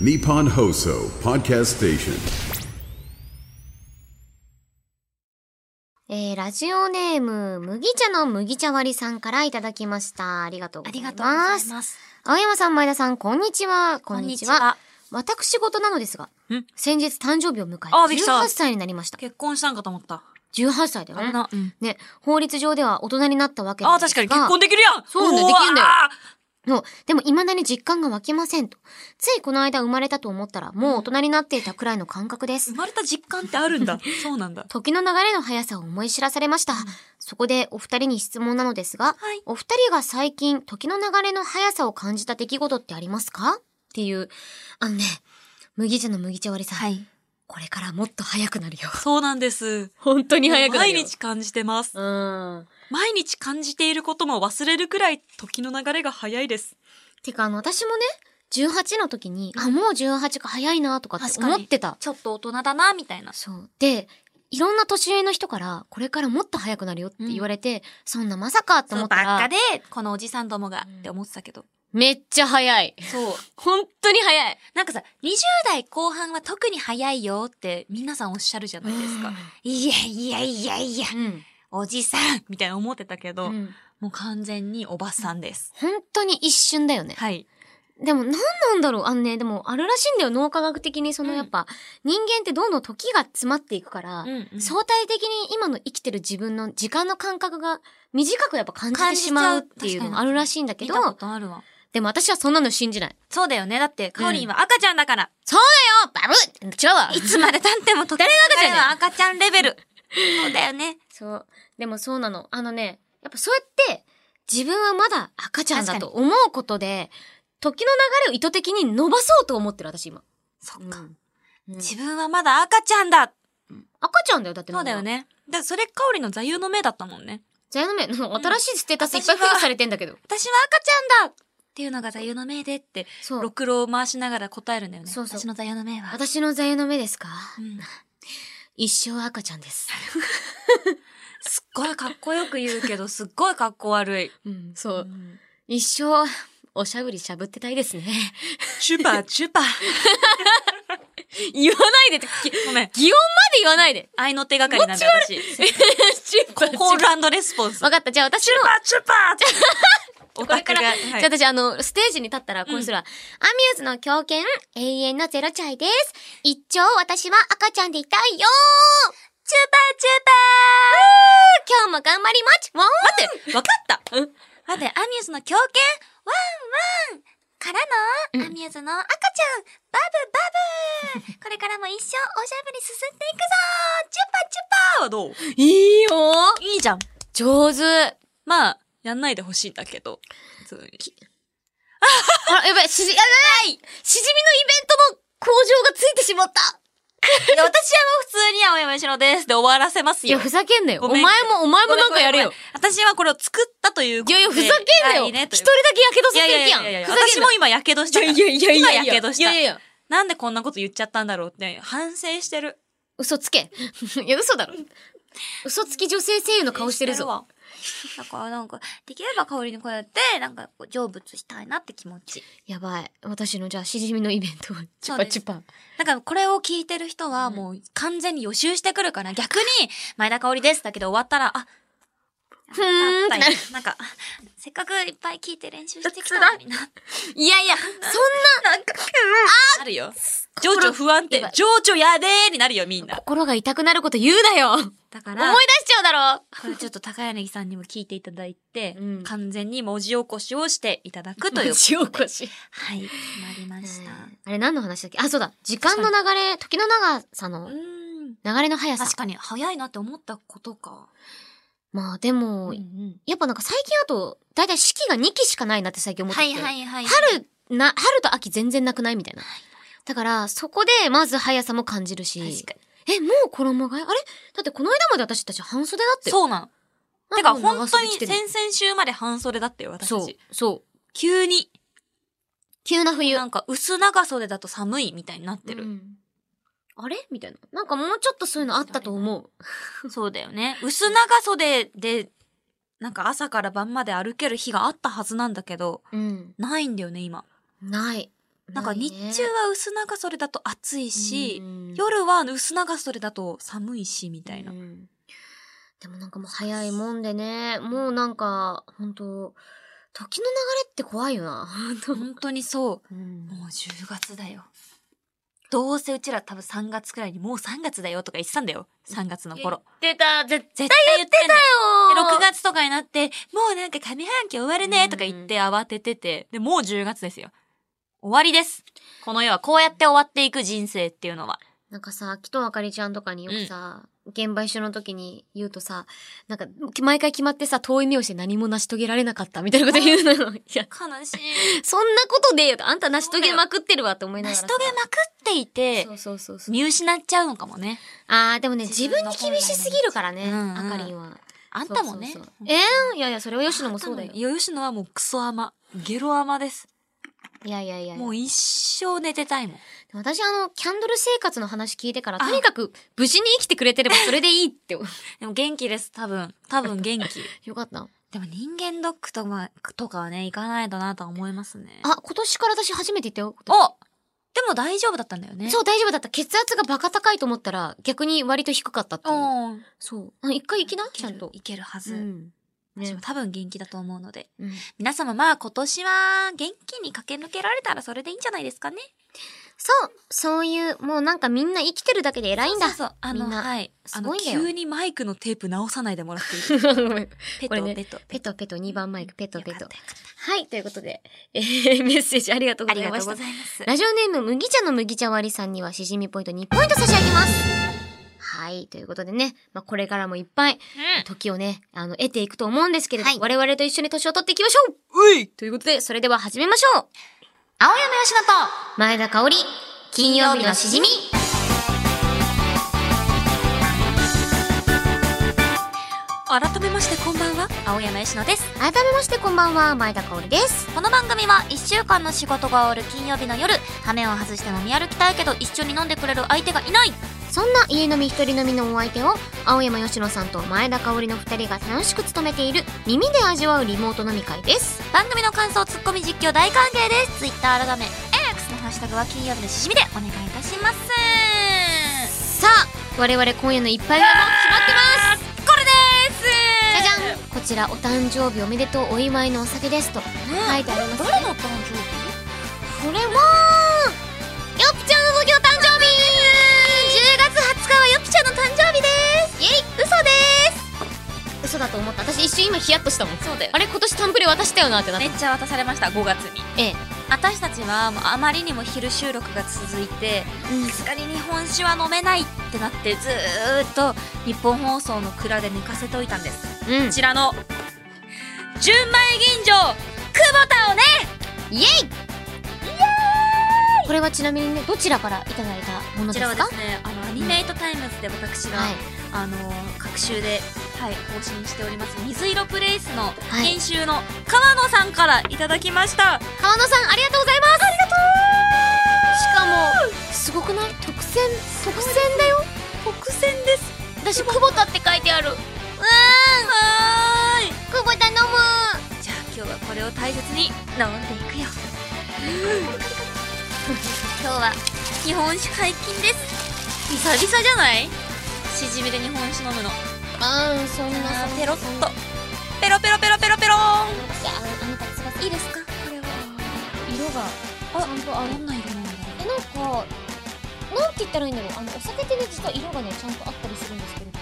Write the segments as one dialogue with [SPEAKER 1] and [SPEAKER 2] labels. [SPEAKER 1] Nippon Hoso Podcast Station.
[SPEAKER 2] えー、ラジオネーム、麦茶の麦茶割りさんからいただきました。ありがとうござ
[SPEAKER 3] あり
[SPEAKER 2] い
[SPEAKER 3] が
[SPEAKER 2] ます。
[SPEAKER 3] とうございます。
[SPEAKER 2] 青山さん、前田さん、こんにちは。こんにちは。
[SPEAKER 3] こんにちは
[SPEAKER 2] 私事なのですが
[SPEAKER 3] ん、
[SPEAKER 2] 先日誕生日を迎
[SPEAKER 3] あ
[SPEAKER 2] え、
[SPEAKER 3] びっくりした
[SPEAKER 2] 18歳になりました。
[SPEAKER 3] 結婚したんかと思った。
[SPEAKER 2] 18歳だよ
[SPEAKER 3] あれ
[SPEAKER 2] ね。
[SPEAKER 3] な。うん。
[SPEAKER 2] ね、法律上では大人になったわけ
[SPEAKER 3] あ
[SPEAKER 2] なん
[SPEAKER 3] あ、
[SPEAKER 2] で
[SPEAKER 3] 確
[SPEAKER 2] す
[SPEAKER 3] か
[SPEAKER 2] が
[SPEAKER 3] に結婚できるやん
[SPEAKER 2] そうなんだ
[SPEAKER 3] うわー
[SPEAKER 2] できるんだよの、でも未だに実感が湧きませんと。ついこの間生まれたと思ったら、もう大人になっていたくらいの感覚です
[SPEAKER 3] 生。まれた実感ってあるん だ。そうなんだ。
[SPEAKER 2] 時の流れの速さを思い知らされました。そこでお二人に質問なのですが、
[SPEAKER 3] はい
[SPEAKER 2] お二人が最近時の流れの速さを感じた出来事ってありますかっていう、あのね、麦茶の麦茶割りさん、
[SPEAKER 3] い。
[SPEAKER 2] これからもっと速くなるよ。
[SPEAKER 3] そうなんです。
[SPEAKER 2] 本当に速くなる
[SPEAKER 3] 毎
[SPEAKER 2] よ。
[SPEAKER 3] 日感じてます。
[SPEAKER 2] うん。
[SPEAKER 3] 毎日感じていることも忘れるくらい時の流れが早いです。
[SPEAKER 2] てか、あの、私もね、18の時に、あ、もう18か早いなとかって思ってた。
[SPEAKER 3] ちょっと大人だな、みたいな。
[SPEAKER 2] そう。で、いろんな年上の人から、これからもっと早くなるよって言われて、そんなまさかって思ったら、
[SPEAKER 3] で、このおじさんどもがって思ってたけど。
[SPEAKER 2] めっちゃ早い。
[SPEAKER 3] そう。
[SPEAKER 2] 本当に早い。
[SPEAKER 3] なんかさ、20代後半は特に早いよって皆さんおっしゃるじゃないですか。いやいやいやいや、
[SPEAKER 2] うん。
[SPEAKER 3] おじさんみたいな思ってたけど、
[SPEAKER 2] うん
[SPEAKER 3] もう完全におばさんです。
[SPEAKER 2] 本当に一瞬だよね。
[SPEAKER 3] はい。
[SPEAKER 2] でも何なんだろうあのね、でもあるらしいんだよ。脳科学的にその
[SPEAKER 3] うん
[SPEAKER 2] やっぱ、人間ってどんどん時が詰まっていくから、
[SPEAKER 3] うんうん
[SPEAKER 2] 相対的に今の生きてる自分の時間の感覚が短くやっぱ感じてしまうっていうのがあるらしいんだけど、
[SPEAKER 3] とあるわ。
[SPEAKER 2] でも私はそんなの信じない。
[SPEAKER 3] そうだよね。だって、
[SPEAKER 2] かおりん
[SPEAKER 3] は赤ちゃんだから、
[SPEAKER 2] そうだよバブッ違うわ
[SPEAKER 3] いつまで経っても時誰が
[SPEAKER 2] 赤ちゃんだよ
[SPEAKER 3] 赤ちゃんレベル。そうだよね。
[SPEAKER 2] そう。でもそうなの。あのね、やっぱそうやって、自分はまだ赤ちゃんだと思うことで、時の流れを意図的に伸ばそうと思ってる、私今。
[SPEAKER 3] そっか。
[SPEAKER 2] うん
[SPEAKER 3] 自分はまだ赤ちゃんだ。
[SPEAKER 2] 赤ちゃんだよ、だって。
[SPEAKER 3] そうだよ。ね。だそれ、かおりんの座右の銘だったもんね。
[SPEAKER 2] 座右の銘、なんか新しいステータスいっぱい付与されてんだけど。
[SPEAKER 3] 私は赤ちゃんだっていうのが座右の銘でって、
[SPEAKER 2] そう
[SPEAKER 3] ろくろを回しながら答えるんだよね。
[SPEAKER 2] そうそう
[SPEAKER 3] 私の座右の銘は。
[SPEAKER 2] 私の座右の銘ですか
[SPEAKER 3] うん
[SPEAKER 2] 一生赤ちゃんです。
[SPEAKER 3] すっごいかっこよく言うけど、すっごいかっこ悪い。
[SPEAKER 2] うん、そう。一生、おしゃぶりしゃぶってたいですね。
[SPEAKER 3] チュパチュパ。
[SPEAKER 2] 言わないでって、ぎ
[SPEAKER 3] ごめん。
[SPEAKER 2] 擬音まで言わない で。
[SPEAKER 3] 愛の手がかりなんで私。
[SPEAKER 2] チュッ パチュッパ
[SPEAKER 3] コールアンドレスポンス。
[SPEAKER 2] わかった。じゃあ私の、
[SPEAKER 3] チュパ お
[SPEAKER 2] これ
[SPEAKER 3] た
[SPEAKER 2] か、
[SPEAKER 3] からら、
[SPEAKER 2] じゃ
[SPEAKER 3] は
[SPEAKER 2] あ
[SPEAKER 3] い
[SPEAKER 2] 私あの、ステージに立ったら、こうするわ、アミューズの狂犬、永遠のゼロチャイです。一丁、私は赤ちゃんでいたいよチューパーチューパー今日も頑張りまちわー
[SPEAKER 3] 待って、わかった。待って、アミューズの狂犬、ワンワンからの、アミューズの赤ちゃん、バブバ ブこれからも一生おしゃぶり進んでいくぞチュパチュパはどう
[SPEAKER 2] いいよ
[SPEAKER 3] いいじゃん。
[SPEAKER 2] 上手あ
[SPEAKER 3] まあ、やんないでほしいんだけど。普通に
[SPEAKER 2] ら、やばい、しじ、やばいしじみのイベントの工場がついてしまった
[SPEAKER 3] いや私はもう普通に青山しろですで終わらせます
[SPEAKER 2] いや、
[SPEAKER 3] よ。
[SPEAKER 2] ふざけんなよ。お
[SPEAKER 3] ご
[SPEAKER 2] 前
[SPEAKER 3] めん
[SPEAKER 2] も、お前もなんかやれよ
[SPEAKER 3] ご。めん。私はこれを作ったというこ
[SPEAKER 2] い
[SPEAKER 3] と
[SPEAKER 2] や
[SPEAKER 3] で。
[SPEAKER 2] いや、ふざけんなよ。一、
[SPEAKER 3] ねという
[SPEAKER 2] 人だけやけどさ
[SPEAKER 3] いや
[SPEAKER 2] せ
[SPEAKER 3] い
[SPEAKER 2] る
[SPEAKER 3] やい
[SPEAKER 2] 気やん。
[SPEAKER 3] やいや、
[SPEAKER 2] ふざけ
[SPEAKER 3] 私
[SPEAKER 2] んな
[SPEAKER 3] も今やけどしたから。
[SPEAKER 2] いやいやいやいやい
[SPEAKER 3] 今やけどした
[SPEAKER 2] いやいや。
[SPEAKER 3] なんでこんなこと言っちゃったんだろうって反省してる。
[SPEAKER 2] 嘘つけ。 いや、嘘だろ。嘘つき女性声優の顔してるぞ。
[SPEAKER 3] わ。だからなんか、できれば香りにこうやって、なんかこう成仏したいなって気持ち。
[SPEAKER 2] やばい。私のじゃあ、しじみのイベントは、チュ
[SPEAKER 3] そう
[SPEAKER 2] パ
[SPEAKER 3] です
[SPEAKER 2] チュパ。
[SPEAKER 3] なんかこれを聞いてる人はもう完全に予習してくるから、逆に、前田香織ですだけど終わったら、あ、
[SPEAKER 2] ふーんっ
[SPEAKER 3] だ
[SPEAKER 2] てな
[SPEAKER 3] った
[SPEAKER 2] る
[SPEAKER 3] よ。なんか、せっかくいっぱい聞いて練習してきたのにな。
[SPEAKER 2] いやいや、そんな、なんか、
[SPEAKER 3] なるよ。情緒不安定
[SPEAKER 2] やばい。
[SPEAKER 3] 情緒やでーになるよ、みんな。
[SPEAKER 2] 心が痛くなること言うなよ。思い
[SPEAKER 3] だか
[SPEAKER 2] 出
[SPEAKER 3] ら、
[SPEAKER 2] しちゃうだろ。
[SPEAKER 3] これちょっと高柳さんにも聞いていただいて、
[SPEAKER 2] うん
[SPEAKER 3] 完全に文字起こしをしていただくという。
[SPEAKER 2] 血起こし。
[SPEAKER 3] はい、決まりました。
[SPEAKER 2] あれ何の話だっけあ、そうだ。時間の流れ、時の長さ
[SPEAKER 3] う
[SPEAKER 2] の
[SPEAKER 3] ん。
[SPEAKER 2] 流れの速さ
[SPEAKER 3] 確。かに、早いなって思ったことか。
[SPEAKER 2] まあでも、
[SPEAKER 3] ん
[SPEAKER 2] やっぱなんか最近あと、だいたい四季が2季しかないなって最近思って
[SPEAKER 3] は
[SPEAKER 2] て。
[SPEAKER 3] いはいはい。
[SPEAKER 2] 春な、春と秋全然なくないみたいな。だから、そこで、まず速さも感じるし。
[SPEAKER 3] 確かに。
[SPEAKER 2] え、もう衣替えあれだってこの間まで私たち半袖だってよ。
[SPEAKER 3] そうなん。
[SPEAKER 2] な
[SPEAKER 3] てか、
[SPEAKER 2] んもう
[SPEAKER 3] 本
[SPEAKER 2] 長
[SPEAKER 3] 当
[SPEAKER 2] 袖
[SPEAKER 3] に
[SPEAKER 2] 着て
[SPEAKER 3] 先
[SPEAKER 2] る
[SPEAKER 3] 々週まで半袖だったよ、私た
[SPEAKER 2] そう
[SPEAKER 3] ち。、
[SPEAKER 2] そう。
[SPEAKER 3] 急に、
[SPEAKER 2] 急な冬。
[SPEAKER 3] なんか薄長袖だと寒いみたいになって
[SPEAKER 2] う
[SPEAKER 3] る。
[SPEAKER 2] んあれみたいな。なんかもうちょっとそういうのあったと思う。
[SPEAKER 3] そうだよね。薄長袖で、なんか朝から晩まで歩ける日があったはずなんだけど、
[SPEAKER 2] うん。
[SPEAKER 3] ないんだよね、今。
[SPEAKER 2] ない。
[SPEAKER 3] なんか日中は薄長袖だと暑いし、
[SPEAKER 2] うん
[SPEAKER 3] 夜は薄長袖だと寒いし、みたいな。
[SPEAKER 2] うんでもなんかもう早いもんでね、もうなんか、本当時の流れって怖いよな、本
[SPEAKER 3] 本当にそ
[SPEAKER 2] 当
[SPEAKER 3] う。もう10月だよ。どうせうちら多分3月くらいにもう3月だよとか言ってたんだよ。3月の頃。
[SPEAKER 2] 言ってた、絶
[SPEAKER 3] 絶対言ってたよ
[SPEAKER 2] 対よ
[SPEAKER 3] 6月とかになって、もうなんか上半期終わるねとか言って慌ててて、で、もう10月ですよ。終わりです。この世はこうやって終わっていく人生っていうのは。
[SPEAKER 2] なんかさ、紀藤あかりちゃんとかによくさ、現場一緒の時に言うとさ、なんか、毎回決まってさ、遠い目をして何も成し遂げられなかったみたいなこと言うの よ。いや、
[SPEAKER 3] 悲しい。
[SPEAKER 2] そんなことでよ、あんた成し遂げまくってるわって思いなが
[SPEAKER 3] 成
[SPEAKER 2] ら
[SPEAKER 3] し
[SPEAKER 2] さ。
[SPEAKER 3] 遂げまくっていて
[SPEAKER 2] そ、うそうそうそう。
[SPEAKER 3] 見失っちゃうのかもね。
[SPEAKER 2] あー、でもね、
[SPEAKER 3] 自
[SPEAKER 2] 自
[SPEAKER 3] 分
[SPEAKER 2] 分
[SPEAKER 3] の
[SPEAKER 2] に
[SPEAKER 3] 本来の
[SPEAKER 2] 厳しすぎるからね、
[SPEAKER 3] うんうん
[SPEAKER 2] あかりんは。
[SPEAKER 3] あんたもね。
[SPEAKER 2] そうそうそうえー、いやいや、それは吉野もそうだよ。い
[SPEAKER 3] よ。吉野はもうクソ甘。ゲロ甘です。
[SPEAKER 2] やいやいやいや。
[SPEAKER 3] もう一生寝てたいもん。
[SPEAKER 2] 私あの、キャンドル生活の話聞いてから、
[SPEAKER 3] あ
[SPEAKER 2] とにかく無事に生きてくれてればそれでいい って。よ
[SPEAKER 3] でも元気です、多分。多分元 気。
[SPEAKER 2] かった。
[SPEAKER 3] でも人間ドックとかとかはね、行かないとなとは思いますね。
[SPEAKER 2] あ、今年から私初めて行ったよ。
[SPEAKER 3] おでも大丈夫だったんだよね。
[SPEAKER 2] そう、大丈夫だった。血圧がバカ高いと思ったら、逆に割と低かったっていう。
[SPEAKER 3] うん。
[SPEAKER 2] そう。あ一回行きなちゃんと。
[SPEAKER 3] いけるは
[SPEAKER 2] う
[SPEAKER 3] ず。
[SPEAKER 2] ん。
[SPEAKER 3] 私
[SPEAKER 2] ね
[SPEAKER 3] も。多分元気だと思うので。
[SPEAKER 2] うん
[SPEAKER 3] 皆様まあ今年は元気に駆け抜けられたらそれでいいんじゃないですかね。
[SPEAKER 2] そう、そういう、もうなんかみんな生きてるだけで偉いんだ。
[SPEAKER 3] そうそうそう。あの、
[SPEAKER 2] みんな
[SPEAKER 3] はい。あ
[SPEAKER 2] す
[SPEAKER 3] の、
[SPEAKER 2] ごいんだよ
[SPEAKER 3] 急にマイクのテープ直さないでも らっていい
[SPEAKER 2] ごめん
[SPEAKER 3] ペ
[SPEAKER 2] これ
[SPEAKER 3] ト
[SPEAKER 2] ね
[SPEAKER 3] ペト。
[SPEAKER 2] ペトペト、2番マイク、ペトペ
[SPEAKER 3] よか
[SPEAKER 2] ト
[SPEAKER 3] ったよか。っ
[SPEAKER 2] はい、ということで、えーメッセージありがとう
[SPEAKER 3] た
[SPEAKER 2] ござ
[SPEAKER 3] あり
[SPEAKER 2] い
[SPEAKER 3] が
[SPEAKER 2] ま
[SPEAKER 3] とう
[SPEAKER 2] した
[SPEAKER 3] ござ。います。
[SPEAKER 2] ラジオネーム、麦茶の麦茶割りさんには、しじみポイント2ポイント差し上げます。はい。ということでね、まあ、これからもいっぱい、時をね、あの、得ていくと思うんですけれど、
[SPEAKER 3] はい
[SPEAKER 2] 我々と一緒に年を取っていきましょう
[SPEAKER 3] うい
[SPEAKER 2] ということで、それでは始めましょう
[SPEAKER 3] 青山よしのと
[SPEAKER 2] 前田香織、金曜日のしじみ
[SPEAKER 3] 改めましてこんばんは、青山よしのです。
[SPEAKER 2] 改めましてこんばんは、前田香織です。
[SPEAKER 3] この番組は1週間の仕事が終わる金曜日の夜、羽目を外して飲み歩きたいけど一緒に飲んでくれる相手がいない
[SPEAKER 2] そんな家飲み一人飲みのお相手を、青山吉野さんと前田香織の二人が楽しく務めている、耳で味わうリモート飲み会です。
[SPEAKER 3] 番組の感想、ツッコミ、実況大歓迎です。Twitter 改め、X のハッシュタグは金曜日のしじみでお願いいたします。
[SPEAKER 2] さあ、我々今夜の一杯目も決まってます
[SPEAKER 3] これで
[SPEAKER 2] じゃじ
[SPEAKER 3] す
[SPEAKER 2] ゃんこちらお誕生日おめでとうお祝いのお酒ですと
[SPEAKER 3] うん
[SPEAKER 2] 書いてありますね
[SPEAKER 3] 誰の誕生
[SPEAKER 2] これはよっぴちゃんのお誕生日10月20日はよっぴちゃんの誕生日ですイエイ嘘です嘘だと思った私一瞬今ヒヤッとしたもん
[SPEAKER 3] 日そうだよ
[SPEAKER 2] あ。れ今年タンプレ渡したよなってなっ
[SPEAKER 3] め
[SPEAKER 2] た
[SPEAKER 3] っちゃ渡されました、5月に。
[SPEAKER 2] ええ
[SPEAKER 3] 私たちはもうあまりにも昼収録が続いて、さすがに日本酒は飲めないってなってずーっと日本放送の蔵で寝かせておいたんです
[SPEAKER 2] うん、
[SPEAKER 3] こちらの純米吟醸久保田をね
[SPEAKER 2] イエイこれはちなみにねどちらからいただいたもので
[SPEAKER 3] こ
[SPEAKER 2] す
[SPEAKER 3] ちら
[SPEAKER 2] か
[SPEAKER 3] はですねあのアニメイトタイムズで私が、
[SPEAKER 2] はい
[SPEAKER 3] あの各週で、はい、更新しております水色プレイスの
[SPEAKER 2] い
[SPEAKER 3] 編集の川野さんからいただきました、
[SPEAKER 2] 川野さんありがとうございますありがとうしかもすごくない特選特選だよ
[SPEAKER 3] 特選です
[SPEAKER 2] 私久保田って書いてある
[SPEAKER 3] うーんはーい
[SPEAKER 2] 久保田飲 む
[SPEAKER 3] じゃあ今日はこれを大切に飲んでいくよ。今日は日本酒解禁です。久々じゃない？しじみで日本酒飲むの。
[SPEAKER 2] あんそん
[SPEAKER 3] あ
[SPEAKER 2] な
[SPEAKER 3] ーペロッと
[SPEAKER 2] い。
[SPEAKER 3] ペロペロペロペロペロー
[SPEAKER 2] やあなたつば
[SPEAKER 3] ン。いいですか？これは
[SPEAKER 2] 色が
[SPEAKER 3] あ
[SPEAKER 2] ちゃんとある
[SPEAKER 3] んな色なんだ
[SPEAKER 2] えなんかなんて言ったらいいんだろうあのお酒ってね実は色がねちゃんとあったりするんですけれど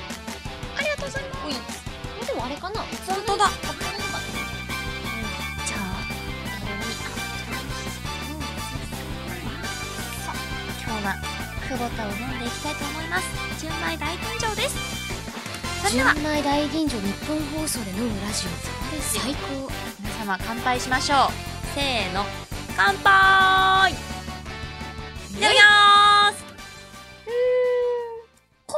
[SPEAKER 2] ありがとうございますおいえでもあれかな
[SPEAKER 3] 本当だ。
[SPEAKER 2] あこれなんか
[SPEAKER 3] じゃあ今日は久保田を飲んでいきたいと思います。純米大吟醸です。それでは
[SPEAKER 2] 純米大吟醸日本放送で飲むラジオ最高
[SPEAKER 3] 皆様乾杯しましょうせーの乾杯いただきます米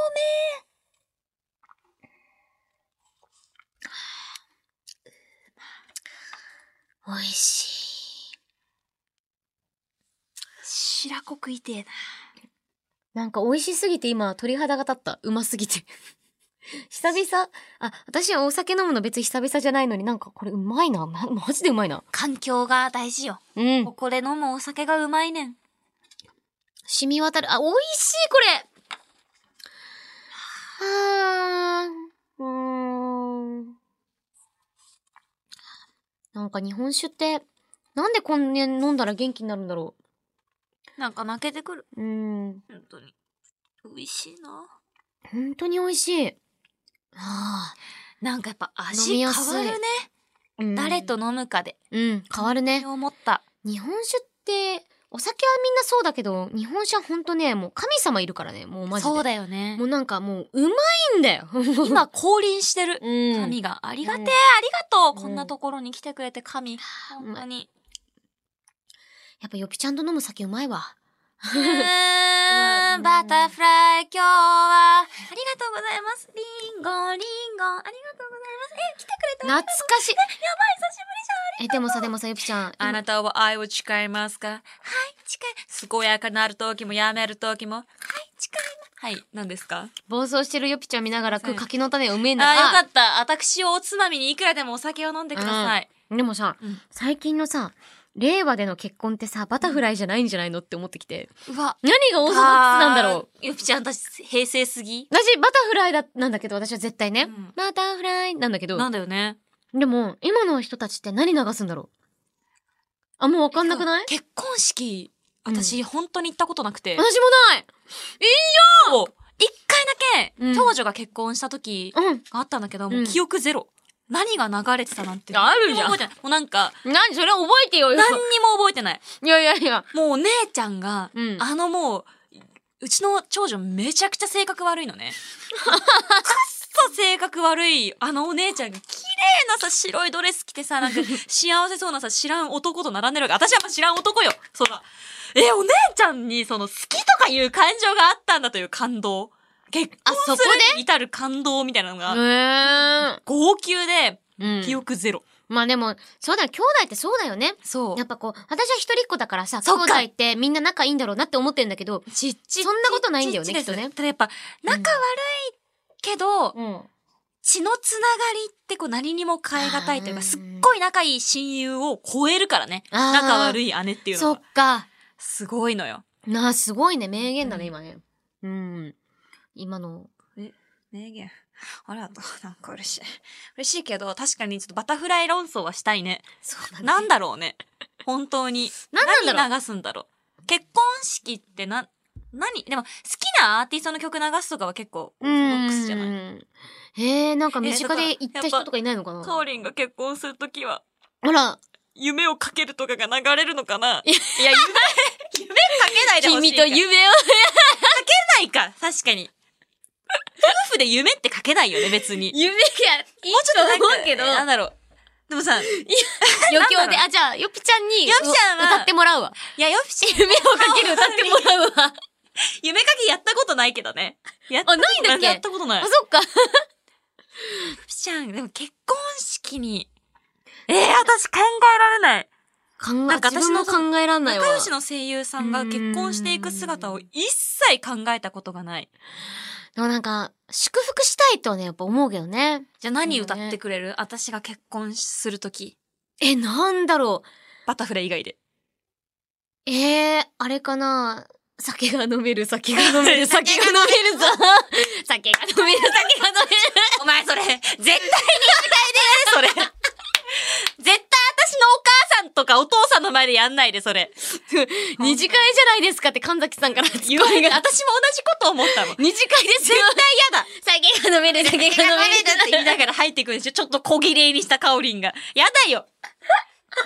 [SPEAKER 2] 美味しい
[SPEAKER 3] 白濃くいてえな
[SPEAKER 2] なんか美味しすぎて今鳥肌が立ったうますぎて久々。あ、私お酒飲むの別に久々じゃないのになんかこれうまいな。ま、マジでうまいな。
[SPEAKER 3] 環境が大事よ。
[SPEAKER 2] うん
[SPEAKER 3] こ。こで飲むお酒がうまいねん。
[SPEAKER 2] 染み渡る。あ、美味しい、これあー、うーん。なんか日本酒って、なんでこんなに飲んだら元気になるんだろ
[SPEAKER 3] なんか泣けてくる。
[SPEAKER 2] う。うーん。
[SPEAKER 3] 本当に。美味しいな。
[SPEAKER 2] 本当に美味しい。あ
[SPEAKER 3] なんかやっぱ
[SPEAKER 2] 飲み
[SPEAKER 3] 味変
[SPEAKER 2] や
[SPEAKER 3] わ
[SPEAKER 2] すい
[SPEAKER 3] るね。
[SPEAKER 2] ーうん
[SPEAKER 3] 誰と飲むかで。
[SPEAKER 2] うん、変わるね。
[SPEAKER 3] 思った。
[SPEAKER 2] 日本酒って、お酒はみんなそうだけど、日本酒はほんとね、もう神様いるからね、もうマジで。
[SPEAKER 3] そう
[SPEAKER 2] だ
[SPEAKER 3] だよね
[SPEAKER 2] も。うなんかもう、うまいんだよ。
[SPEAKER 3] 今降臨してる。
[SPEAKER 2] うん。
[SPEAKER 3] 神が、ありがて
[SPEAKER 2] う
[SPEAKER 3] え、あ
[SPEAKER 2] ん
[SPEAKER 3] りがと
[SPEAKER 2] うん
[SPEAKER 3] う、こんなところに来てくれて神。本当に。
[SPEAKER 2] やっぱよぴちゃんと飲む酒うまいわ。
[SPEAKER 3] うーん、バタフライ、今日は、ありがとうございます。リンゴ、リンゴ、ありがとうございます。え、来てくれた
[SPEAKER 2] 懐かしい。
[SPEAKER 3] やばい、久しぶりじゃん。
[SPEAKER 2] え、でもさ、でもさ、よぴちゃん。
[SPEAKER 3] あなたは愛を誓いますかはい、誓い。健やかなる時もやめる時も。はい、誓います。はい、何ですか
[SPEAKER 2] 暴走してるよぴちゃん見ながら食う
[SPEAKER 3] はい
[SPEAKER 2] 柿の種うめえ
[SPEAKER 3] あ
[SPEAKER 2] ん
[SPEAKER 3] ー、
[SPEAKER 2] だ
[SPEAKER 3] よかった。私をおつまみにいくらでもお酒を飲んでください。
[SPEAKER 2] でもさ、
[SPEAKER 3] うん
[SPEAKER 2] 最近のさ、令和での結婚ってさ、バタフライじゃないんじゃないのって思ってきて。
[SPEAKER 3] うわ。
[SPEAKER 2] 何がオーソドックスなんだろう。
[SPEAKER 3] う。ゆぴちゃん、私、平成すぎ。
[SPEAKER 2] 私、バタフライだ、なんだけど、私は絶対ね。
[SPEAKER 3] うん
[SPEAKER 2] バタフライなんだけど。
[SPEAKER 3] なんだよね。
[SPEAKER 2] でも、今の人たちって何流すんだろうあ、もうわかんなくない
[SPEAKER 3] 結婚式、
[SPEAKER 2] うん
[SPEAKER 3] 私、本当に行ったことなく
[SPEAKER 2] 私
[SPEAKER 3] て。
[SPEAKER 2] もない
[SPEAKER 3] そう一回だ
[SPEAKER 2] うん
[SPEAKER 3] け、長女が結婚した時
[SPEAKER 2] うん。
[SPEAKER 3] があったんだけど、
[SPEAKER 2] ん
[SPEAKER 3] もう記憶ゼロ。何が流れてたなんて。
[SPEAKER 2] あるじゃん
[SPEAKER 3] 何にも覚えてない。もうなんか、
[SPEAKER 2] 何それ覚えてよよ
[SPEAKER 3] 何。にも覚えてない。
[SPEAKER 2] いやいやいや。
[SPEAKER 3] もうお姉ちゃんが、
[SPEAKER 2] うん
[SPEAKER 3] あのもう、うちの長女めちゃくちゃ性格悪いのね。くっそ性格悪い、あのお姉ちゃんが綺麗なさ、白いドレス着てさ、な んか幸せそうなさ、知らん男と並んでるわけ私はまあ知らん男よ。そうだ。え、お姉ちゃんにその好きとかいう感情があったんだという感動。結
[SPEAKER 2] あそ
[SPEAKER 3] 婚
[SPEAKER 2] こ
[SPEAKER 3] す
[SPEAKER 2] で
[SPEAKER 3] るに至る感動みたいなのが、
[SPEAKER 2] へ
[SPEAKER 3] 号泣で、
[SPEAKER 2] え。
[SPEAKER 3] 記憶ゼロ。
[SPEAKER 2] まあでも、そうだよ、兄弟ってそうだよね。
[SPEAKER 3] そ
[SPEAKER 2] やっ
[SPEAKER 3] う。
[SPEAKER 2] ぱこう、私は一人っ子だからさ、兄
[SPEAKER 3] そっか
[SPEAKER 2] 弟ってみんな仲いいんだろうなって思ってんだけど、
[SPEAKER 3] ちっち
[SPEAKER 2] そんなことないんだよね
[SPEAKER 3] ちです
[SPEAKER 2] きっとね
[SPEAKER 3] ただやっぱ、仲悪いけど、
[SPEAKER 2] うん。
[SPEAKER 3] 血のつながりってこう何にも変えがたいという
[SPEAKER 2] あ
[SPEAKER 3] か、
[SPEAKER 2] ー
[SPEAKER 3] すっごい仲いい親友を超えるからね。
[SPEAKER 2] あー
[SPEAKER 3] 仲悪い姉っていう
[SPEAKER 2] そ
[SPEAKER 3] の
[SPEAKER 2] っ
[SPEAKER 3] は。
[SPEAKER 2] か。
[SPEAKER 3] すごいのよ。
[SPEAKER 2] なあ、すごいね。名言だね、
[SPEAKER 3] うん
[SPEAKER 2] 今ね。うん。今の。
[SPEAKER 3] 名言。ありがとう。なんか嬉しい。嬉しいけど、確かにちょっとバタフライ論争はしたいね。
[SPEAKER 2] そう
[SPEAKER 3] な
[SPEAKER 2] だ
[SPEAKER 3] ん
[SPEAKER 2] ね。
[SPEAKER 3] だろうね。本当に。
[SPEAKER 2] なんなんだろう
[SPEAKER 3] 何流すんだろう。結婚式ってな、何でも好きなアーティストの曲流すとかは結構オ
[SPEAKER 2] う
[SPEAKER 3] ーソドックスじゃない
[SPEAKER 2] ん。へえ、なんか身近で行った人とかいないのかな
[SPEAKER 3] カオリンが結婚するときは、
[SPEAKER 2] あら、
[SPEAKER 3] 夢をかけるとかが流れるのかないや、夢、夢かけないでほしい
[SPEAKER 2] 君
[SPEAKER 3] から。
[SPEAKER 2] と夢を。
[SPEAKER 3] ないか、確かに。夫婦で夢って書けないよね、別に。
[SPEAKER 2] 夢がいい
[SPEAKER 3] もうち
[SPEAKER 2] と
[SPEAKER 3] ょっとなん
[SPEAKER 2] 思
[SPEAKER 3] か
[SPEAKER 2] うけど、
[SPEAKER 3] なんだろう。でもさ、い
[SPEAKER 2] 余興で、
[SPEAKER 3] なんだろう
[SPEAKER 2] あ、じゃあ、よぴちゃんに、
[SPEAKER 3] よぴちゃんは
[SPEAKER 2] 歌っても らうわ。
[SPEAKER 3] や、よぴちゃん
[SPEAKER 2] 夢をかける歌ってもらう わ。
[SPEAKER 3] 夢かきやったことないけどね。やっ
[SPEAKER 2] あないんだっけ
[SPEAKER 3] やったことない。
[SPEAKER 2] あ、
[SPEAKER 3] よ
[SPEAKER 2] そっか。
[SPEAKER 3] ぴちゃん、でも結婚式に。えー、私考えられない。
[SPEAKER 2] 考え、
[SPEAKER 3] なんか
[SPEAKER 2] 自
[SPEAKER 3] 私
[SPEAKER 2] 分
[SPEAKER 3] の
[SPEAKER 2] も考えらんないわ。
[SPEAKER 3] 仲良しの声優さんが結婚していく姿を一切考えたことがない。
[SPEAKER 2] でもなんか、祝福したいとはね、やっぱ思うけどね。
[SPEAKER 3] じゃあ何歌ってくれる、私が結婚するとき。
[SPEAKER 2] え、なんだろ
[SPEAKER 3] バタフライ以外で。
[SPEAKER 2] う。えー、あれかな酒が飲める、酒が飲 める、酒が飲めるぞ。酒が飲める、酒が飲める。
[SPEAKER 3] お前それ、絶対に言いたいね、それ。絶対私のお母さんとかお父さんの前でやんないで、それ。
[SPEAKER 2] 二次会じゃないですかって神崎さんからツッ
[SPEAKER 3] 言わ
[SPEAKER 2] コ
[SPEAKER 3] れ
[SPEAKER 2] ミ
[SPEAKER 3] て、
[SPEAKER 2] が。
[SPEAKER 3] 私も同じこと思ったもん。
[SPEAKER 2] 二次会ですよ。
[SPEAKER 3] 絶
[SPEAKER 2] 酒が飲める、酒が飲める。
[SPEAKER 3] 対嫌だって言いながら入っていくんでしょちょっと小綺麗にしたカオリンが。やだよ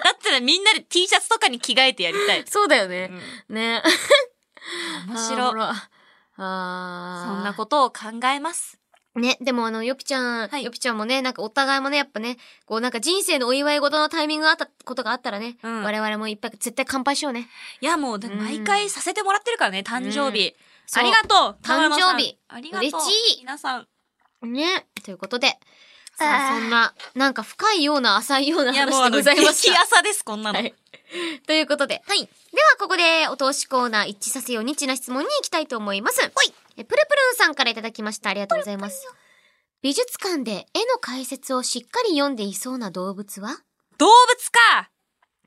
[SPEAKER 3] だったらみんなで T シャツとかに着替えてやりたい。
[SPEAKER 2] そうだよね。ね。
[SPEAKER 3] 面
[SPEAKER 2] あーほ
[SPEAKER 3] 白い。
[SPEAKER 2] らあー
[SPEAKER 3] そんなことを考えます。
[SPEAKER 2] ね、でもあの、よぴちゃん、
[SPEAKER 3] はい
[SPEAKER 2] よぴちゃんもね、なんかお互いもね、やっぱね、こうなんか人生のお祝い事のタイミングがあったことがあったらね、
[SPEAKER 3] うん
[SPEAKER 2] 我々もいっぱい絶対乾杯しようね。
[SPEAKER 3] いや、もう、でも毎回させてもらってるからね、誕生日。
[SPEAKER 2] そう
[SPEAKER 3] ありがとう田村さ
[SPEAKER 2] 誕
[SPEAKER 3] ん
[SPEAKER 2] 生日
[SPEAKER 3] ありがとう
[SPEAKER 2] 嬉しい
[SPEAKER 3] 皆さん。
[SPEAKER 2] ね。ということで、さあ
[SPEAKER 3] あー
[SPEAKER 2] そんな、なんか深いような浅いようない
[SPEAKER 3] や、もう
[SPEAKER 2] 話で
[SPEAKER 3] あの、
[SPEAKER 2] ございまし
[SPEAKER 3] 激
[SPEAKER 2] た。
[SPEAKER 3] 朝です、こんなの。
[SPEAKER 2] はいということで、はい。ではここでお通しコーナー一致させようニッチな質問に行きたいと思います。え、プルプルンさんからいただきました。ありがとうございます。美術館で絵の解説をしっかり読んでいそうな動物は
[SPEAKER 3] 動物か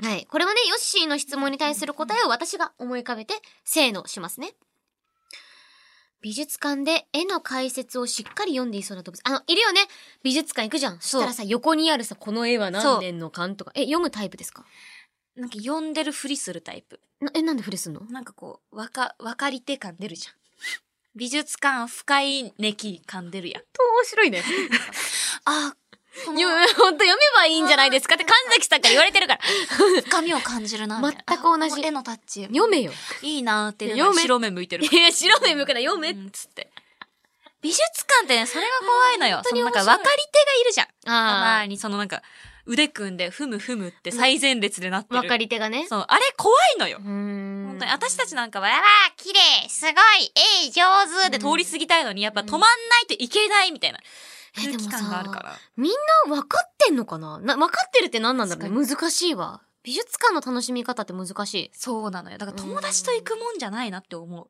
[SPEAKER 2] はい。これはね、ヨッシーの質問に対する答えを私が思い浮かべて、せーのしますね。美術館で絵の解説をしっかり読んでいそうな動物。あの、いるよね美術館行くじゃん。そしたらさ、横にあるさ、この絵は何年の間とか。え、読むタイプですか
[SPEAKER 3] なんか呼んでるふりするタイプ。
[SPEAKER 2] なえ、なんで触れすんの
[SPEAKER 3] なんかこう、わか、わかり手感出るじゃん。美術館深いネキ感出るや
[SPEAKER 2] 面
[SPEAKER 3] ん。
[SPEAKER 2] 白い ね。
[SPEAKER 3] あ、こ
[SPEAKER 2] いや、
[SPEAKER 3] の
[SPEAKER 2] ほんと読めばいいんじゃないですかって神崎さんから言われてるから。
[SPEAKER 3] 深みを感じるなみたいな。
[SPEAKER 2] 全く同じ
[SPEAKER 3] あこの絵のタッチ。
[SPEAKER 2] 読めよ。
[SPEAKER 3] いいなーって。
[SPEAKER 2] 読め
[SPEAKER 3] 白目向いてる。
[SPEAKER 2] いや、白目向くな、読め。
[SPEAKER 3] うんつって。美術館ってね、それが怖いのよ。
[SPEAKER 2] 本当
[SPEAKER 3] そ
[SPEAKER 2] に
[SPEAKER 3] のなんか
[SPEAKER 2] 面白い
[SPEAKER 3] 分かり手がいるじゃん。た
[SPEAKER 2] あ
[SPEAKER 3] まにそのなんか、腕組んで、ふむふむって最前列でなって
[SPEAKER 2] あ。
[SPEAKER 3] る。
[SPEAKER 2] わかり手がね。
[SPEAKER 3] そう、あれ怖いのよ。
[SPEAKER 2] うーん。
[SPEAKER 3] 本当に私たちなんかは、やばー綺麗すごいえい上手で通り過ぎたいのに、やっぱ止まんないといけないみたいな
[SPEAKER 2] え
[SPEAKER 3] 空
[SPEAKER 2] でも
[SPEAKER 3] 気
[SPEAKER 2] さ
[SPEAKER 3] 感があるから。
[SPEAKER 2] みんな分かってんのかなな分かってるって何なんだろうね。難しいわ。美術館の楽しみ方って難しい。
[SPEAKER 3] そうなのよ。だから友達と行くもんじゃないなって思う。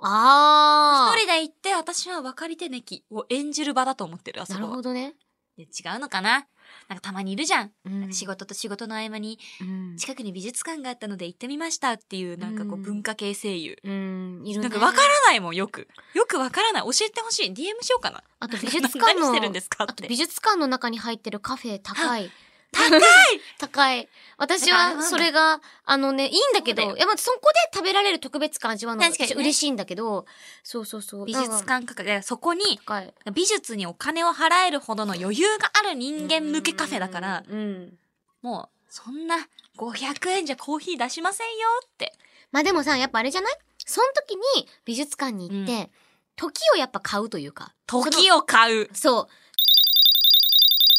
[SPEAKER 2] あ
[SPEAKER 3] 一人で行って、私は分かり手ねきを演じる場だと思ってる、あ
[SPEAKER 2] ー。
[SPEAKER 3] そ
[SPEAKER 2] なる
[SPEAKER 3] こは
[SPEAKER 2] ほ。どね。
[SPEAKER 3] で違うのかななんかたまにいるじゃん。
[SPEAKER 2] うん
[SPEAKER 3] なんか仕事と仕事の合間に、
[SPEAKER 2] うん。
[SPEAKER 3] 近くに美術館があったので行ってみましたっていう、なんかこう
[SPEAKER 2] うん
[SPEAKER 3] 文化系声優。
[SPEAKER 2] うん、いる
[SPEAKER 3] な
[SPEAKER 2] ね。
[SPEAKER 3] んかわからないもん、よく。よくわからない。教えてほしい。DM しようかな。
[SPEAKER 2] あと美術館
[SPEAKER 3] 何
[SPEAKER 2] の、
[SPEAKER 3] してるんですかっ
[SPEAKER 2] あと
[SPEAKER 3] て
[SPEAKER 2] 美。術館の中に入ってるカフェ高い。
[SPEAKER 3] 高い
[SPEAKER 2] 高い。私
[SPEAKER 3] だからあれなん
[SPEAKER 2] は、
[SPEAKER 3] だ
[SPEAKER 2] それが、あのね、いいんだけど、
[SPEAKER 3] そうだよ
[SPEAKER 2] いやまあそこで食べられる特別感味わうのが
[SPEAKER 3] 確かにね
[SPEAKER 2] 私嬉しいんだけど、そうそうそう。
[SPEAKER 3] 美術館価格。でそこに、
[SPEAKER 2] 高い。
[SPEAKER 3] 美術にお金を払えるほどの余裕がある人間向けカフェだから、
[SPEAKER 2] うん。
[SPEAKER 3] もう、そんな、500円じゃコーヒー出しませんよって。
[SPEAKER 2] まあでもさ、やっぱあれじゃないその時に美術館に行って、
[SPEAKER 3] う
[SPEAKER 2] 時をやっぱ買うというか。
[SPEAKER 3] 時を買う。
[SPEAKER 2] そのそう。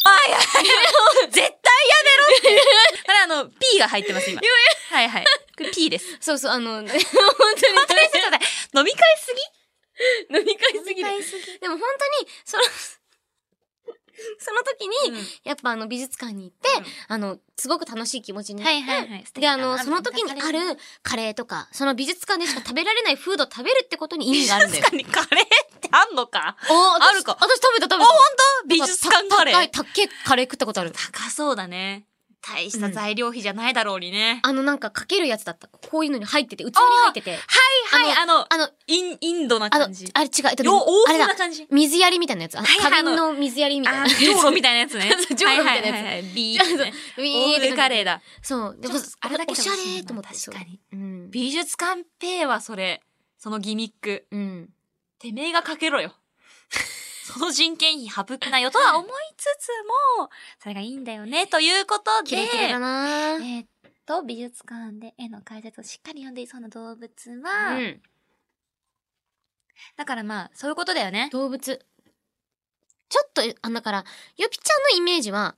[SPEAKER 3] 絶対やめろって。これあの、P が入ってます、今。はいはい。 これ P です。
[SPEAKER 2] そうそう、あの、ね
[SPEAKER 3] 本当にちょっと待って飲み会す
[SPEAKER 2] 飲み
[SPEAKER 3] ぎ
[SPEAKER 2] 会すぎる。
[SPEAKER 3] すぎ
[SPEAKER 2] でも本当に、その、 その時に、
[SPEAKER 3] うん
[SPEAKER 2] やっぱあの美術館に行って、
[SPEAKER 3] うん
[SPEAKER 2] あの、すごく楽しい気持ちになって、
[SPEAKER 3] はいはいはい。
[SPEAKER 2] で、あの、その時にあるカレーとか、その美術館でしか食べられないフードを食べるってことに意味があるんだ よ。
[SPEAKER 3] 確かにカレーってあんのか
[SPEAKER 2] お
[SPEAKER 3] あるか
[SPEAKER 2] 私私食べた食べた。
[SPEAKER 3] 当美術館カレ
[SPEAKER 2] 高い、
[SPEAKER 3] ー。
[SPEAKER 2] 高いカレー食ったことある。
[SPEAKER 3] 高そうだね。大した材料費じゃないだろうにね。
[SPEAKER 2] あの、なんかかけるやつだった。こういうのに入ってて、器に入ってて。
[SPEAKER 3] はいはい、あの、
[SPEAKER 2] あの、
[SPEAKER 3] イン、インドな
[SPEAKER 2] あの、
[SPEAKER 3] 感じ。
[SPEAKER 2] あれ違う。えっとね
[SPEAKER 3] よ欧風
[SPEAKER 2] あれ
[SPEAKER 3] な
[SPEAKER 2] だ。
[SPEAKER 3] 感じ。
[SPEAKER 2] 水やりみたいなやつ。あの
[SPEAKER 3] はいはい
[SPEAKER 2] 花瓶の水やりみたいな
[SPEAKER 3] あ
[SPEAKER 2] やつ。
[SPEAKER 3] ー、上路みたいなやつね
[SPEAKER 2] 。そう上路みたいなやつ
[SPEAKER 3] はははは。ビーってね。
[SPEAKER 2] ウィー
[SPEAKER 3] 欧
[SPEAKER 2] って
[SPEAKER 3] 風カレーだ。
[SPEAKER 2] そう。でも
[SPEAKER 3] ちょっと、あれだけ
[SPEAKER 2] お
[SPEAKER 3] で
[SPEAKER 2] し
[SPEAKER 3] も
[SPEAKER 2] ゃ
[SPEAKER 3] 欲しい
[SPEAKER 2] れ
[SPEAKER 3] な
[SPEAKER 2] と思って。
[SPEAKER 3] 確かに。
[SPEAKER 2] そう。うん。
[SPEAKER 3] 美術館ペイはそれ。そのギミック。
[SPEAKER 2] うん。
[SPEAKER 3] てめえがかけ ろよ。その人件費省くなよとは思いつつも、それがいいんだよね、ということで。
[SPEAKER 2] キレキレだな
[SPEAKER 3] えーっと、美術館で絵の解説をしっかり読んでいそうな動物は、
[SPEAKER 2] うん。
[SPEAKER 3] だからまあ、そういうことだよね。
[SPEAKER 2] 動物。ちょっと、あのだから、ヨピちゃんのイメージは、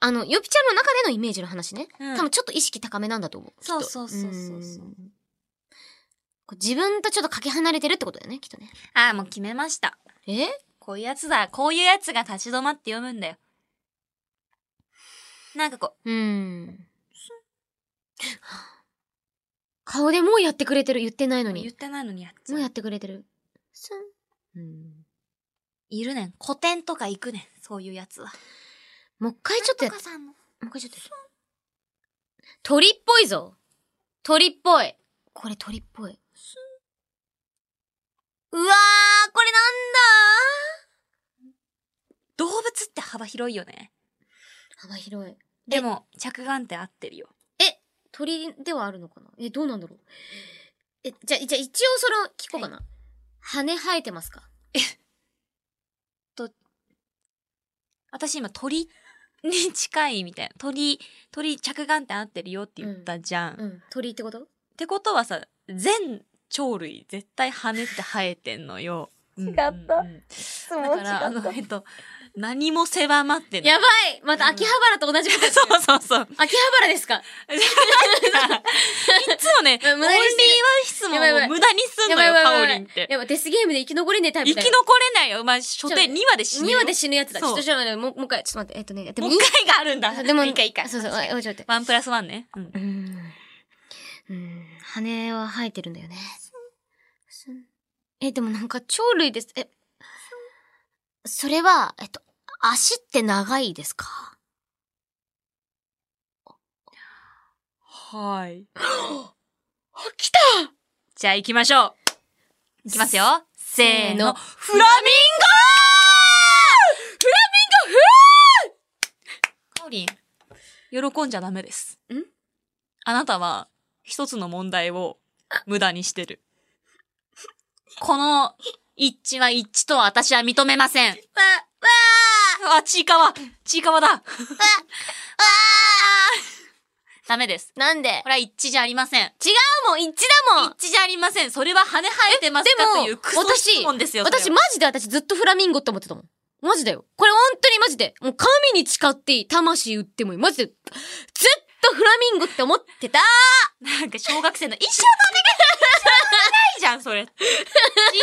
[SPEAKER 2] あの、ヨピちゃんの中でのイメージの話ね。
[SPEAKER 3] うん
[SPEAKER 2] 多分ちょっと意識高めなんだと思う。
[SPEAKER 3] そう
[SPEAKER 2] きっと
[SPEAKER 3] そうそうそうそうん
[SPEAKER 2] こう自分とちょっとかけ離れてるってことだよね、きっとね。
[SPEAKER 3] ああ、もう決めました。
[SPEAKER 2] え
[SPEAKER 3] こういうやつだ。こういうやつが立ち止まって読むんだよ。なんかこ、
[SPEAKER 2] うん。 顔でもうやってくれてる。言ってないうの
[SPEAKER 3] 言
[SPEAKER 2] に
[SPEAKER 3] っ。てないのにやっち
[SPEAKER 2] も
[SPEAKER 3] ゃ
[SPEAKER 2] う
[SPEAKER 3] う
[SPEAKER 2] やってくれてる。すん。うん。
[SPEAKER 3] いるねん。古典とか行くねん。そういうやつは。
[SPEAKER 2] もう一回ちょっとやっ
[SPEAKER 3] なんかさん
[SPEAKER 2] も
[SPEAKER 3] の
[SPEAKER 2] う一回ちょっとやって鳥っぽいぞ鳥っぽいこれ鳥っぽい。うわーこれ
[SPEAKER 3] 動物って幅広いよね。
[SPEAKER 2] なんだ幅広い。
[SPEAKER 3] でも、着眼って合ってるよ。
[SPEAKER 2] え、鳥ではあるのかなえ、どうなんだろうえ、じゃ、じゃ、一応その、聞こうかな。羽生えてますか
[SPEAKER 3] 私今鳥に近いみたいな。鳥、鳥着眼点合ってるよって言ったじゃん。
[SPEAKER 2] うん。鳥ってこと
[SPEAKER 3] ってことはさ、全鳥類絶対羽って生えてんのよ。違
[SPEAKER 2] った
[SPEAKER 3] だから、あの、えっと、何も狭まってない。
[SPEAKER 2] やばいまた秋葉原と同じこと。
[SPEAKER 3] そうそう そう。
[SPEAKER 2] 秋葉原ですか
[SPEAKER 3] いつもね、オ
[SPEAKER 2] うん
[SPEAKER 3] ンリー
[SPEAKER 2] 無
[SPEAKER 3] ワ
[SPEAKER 2] 駄
[SPEAKER 3] ン
[SPEAKER 2] にしてる
[SPEAKER 3] 質問を
[SPEAKER 2] やばいやばい
[SPEAKER 3] 無駄にすんのよ、カオリンって。
[SPEAKER 2] やばい、デスゲームで生き残れねえタイ
[SPEAKER 3] 生
[SPEAKER 2] プ
[SPEAKER 3] き
[SPEAKER 2] だ
[SPEAKER 3] 残
[SPEAKER 2] よ
[SPEAKER 3] れ。ないよ。まあ、初手2話で死ぬ
[SPEAKER 2] 2
[SPEAKER 3] よ。
[SPEAKER 2] 話で死ぬやつだ。ち
[SPEAKER 3] そ
[SPEAKER 2] ょっ
[SPEAKER 3] う
[SPEAKER 2] とじゃあ、もう、もう一回、ちょっと待って。えっとね、で
[SPEAKER 3] も
[SPEAKER 2] も
[SPEAKER 3] う
[SPEAKER 2] いい
[SPEAKER 3] 一回があるんだ。
[SPEAKER 2] でも、
[SPEAKER 3] いいかいいか。
[SPEAKER 2] そうそう、あちょっと待って。
[SPEAKER 3] ワンプラスワンね。うん
[SPEAKER 2] うーん。うーん、羽は生えてるんだよね。すんえ、でもなんか鳥類です。え、それは、えっと、足って長いですか
[SPEAKER 3] はい。来たじゃあ行きましょう。行きますよ。せーの。フラミンゴフラミンゴふーカオリン、喜んじゃダメです。
[SPEAKER 2] ん
[SPEAKER 3] あなたは、一つの問題を無駄にしてる。 この一致は一致とは私は認めません。
[SPEAKER 2] わ、わ
[SPEAKER 3] あ、ちいかわちいかわ だダメです。
[SPEAKER 2] ーなんで
[SPEAKER 3] これは一致じゃありません。
[SPEAKER 2] もう一致だもん
[SPEAKER 3] 一致じゃありません。それは羽生えてますか
[SPEAKER 2] えでも
[SPEAKER 3] というクソ質問ですよ。そ
[SPEAKER 2] 私
[SPEAKER 3] れは
[SPEAKER 2] マジで私ずっとフラミンゴって思ってたもん。マジだよ。これ本当にマジで。もう神に誓っていい。魂売ってもいい。マジで。ずっとフラミンゴって思って た。
[SPEAKER 3] なんか小学生の一生のお願いしょうがないじゃん、それ。信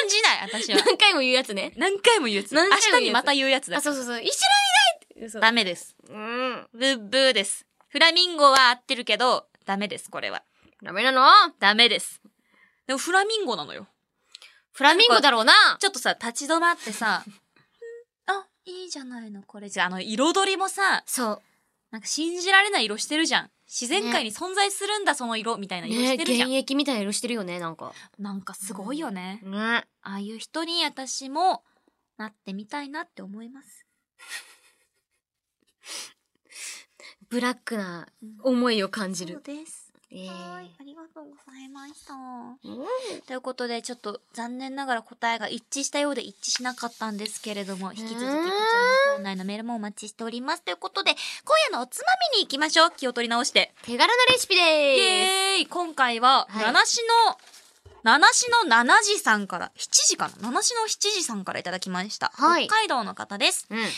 [SPEAKER 3] じない、私は。
[SPEAKER 2] 何回も言うやつね。
[SPEAKER 3] 何回も言うやつ。明
[SPEAKER 2] 何回も言うやつ
[SPEAKER 3] 日にまた言うやつだ
[SPEAKER 2] あ、。そうそうそう。一緒にいない嘘
[SPEAKER 3] ダメです。
[SPEAKER 2] うん。
[SPEAKER 3] ブッブーです。フラミンゴは合ってるけど、ダメです、これは。
[SPEAKER 2] ダメなの
[SPEAKER 3] ダメです。でもフラミンゴなのよ。
[SPEAKER 2] フラミンゴだろうな。
[SPEAKER 3] ちょっとさ、立ち止まってさ、 あ、いいじゃないの、これじゃあ。あの、彩りもさ、
[SPEAKER 2] そ。
[SPEAKER 3] なんか信じられない色してるじゃん。自然界に存在するんだ、その色、みたいうな色し
[SPEAKER 2] ね
[SPEAKER 3] てるじ
[SPEAKER 2] 現
[SPEAKER 3] ゃん。
[SPEAKER 2] 役みたいな色してるよね、なんか。
[SPEAKER 3] なんかすごいよね。
[SPEAKER 2] ね。
[SPEAKER 3] ああいう人に私もなってみたいなって思います。
[SPEAKER 2] ブラックな思いを感じ
[SPEAKER 3] そう
[SPEAKER 2] る。
[SPEAKER 3] です。
[SPEAKER 2] え
[SPEAKER 3] はい、ありがとうございました。
[SPEAKER 2] ー
[SPEAKER 3] ということで、ちょっと残念ながら答えが一致したようで一致しなかったんですけれども、引き続きこちらのコーナーへのメールもお待ちしております。ということで、今夜のおつまみに行きましょう。気を取り直して。
[SPEAKER 2] 手柄なレシピで
[SPEAKER 3] イ
[SPEAKER 2] ーす。
[SPEAKER 3] エーイ今回は、
[SPEAKER 2] はい
[SPEAKER 3] 七しの、七しの七時さんから、七時かな七しの七時さんからいただきました。
[SPEAKER 2] はい
[SPEAKER 3] 北海道の方です。
[SPEAKER 2] うん。
[SPEAKER 3] 青山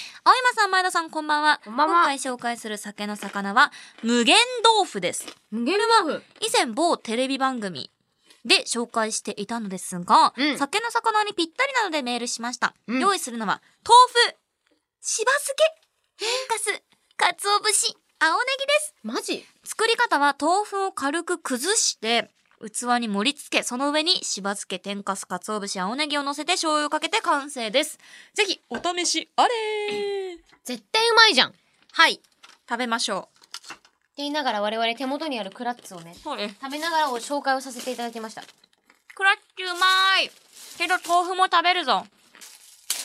[SPEAKER 3] さん、前田さん、こんばんは。
[SPEAKER 2] こんばんは
[SPEAKER 3] 今回紹介する酒の魚は、無限豆腐です。
[SPEAKER 2] 無限豆腐。
[SPEAKER 3] 以前、某テレビ番組で紹介していたのですが、
[SPEAKER 2] うん
[SPEAKER 3] 酒の魚にぴったりなのでメールしました。
[SPEAKER 2] うん
[SPEAKER 3] 用意するのは、豆腐、しば漬け、天かす、かつお節、青ネギです。
[SPEAKER 2] マジ
[SPEAKER 3] 作り方は豆腐を軽く崩して、器に盛り付け、その上にしば漬け、天かす、かつお節、青ネギを乗せて醤油をかけて完成です。ぜひ、お試しあれー
[SPEAKER 2] 絶対うまいじゃん。って
[SPEAKER 3] はい。食べましょ
[SPEAKER 2] 言いながら我々手元にあるクラッツをね
[SPEAKER 3] う。、そうです。
[SPEAKER 2] 食べながらを紹介をさせていただきました。
[SPEAKER 3] クラッチうまい。けど豆腐も食べるぞ。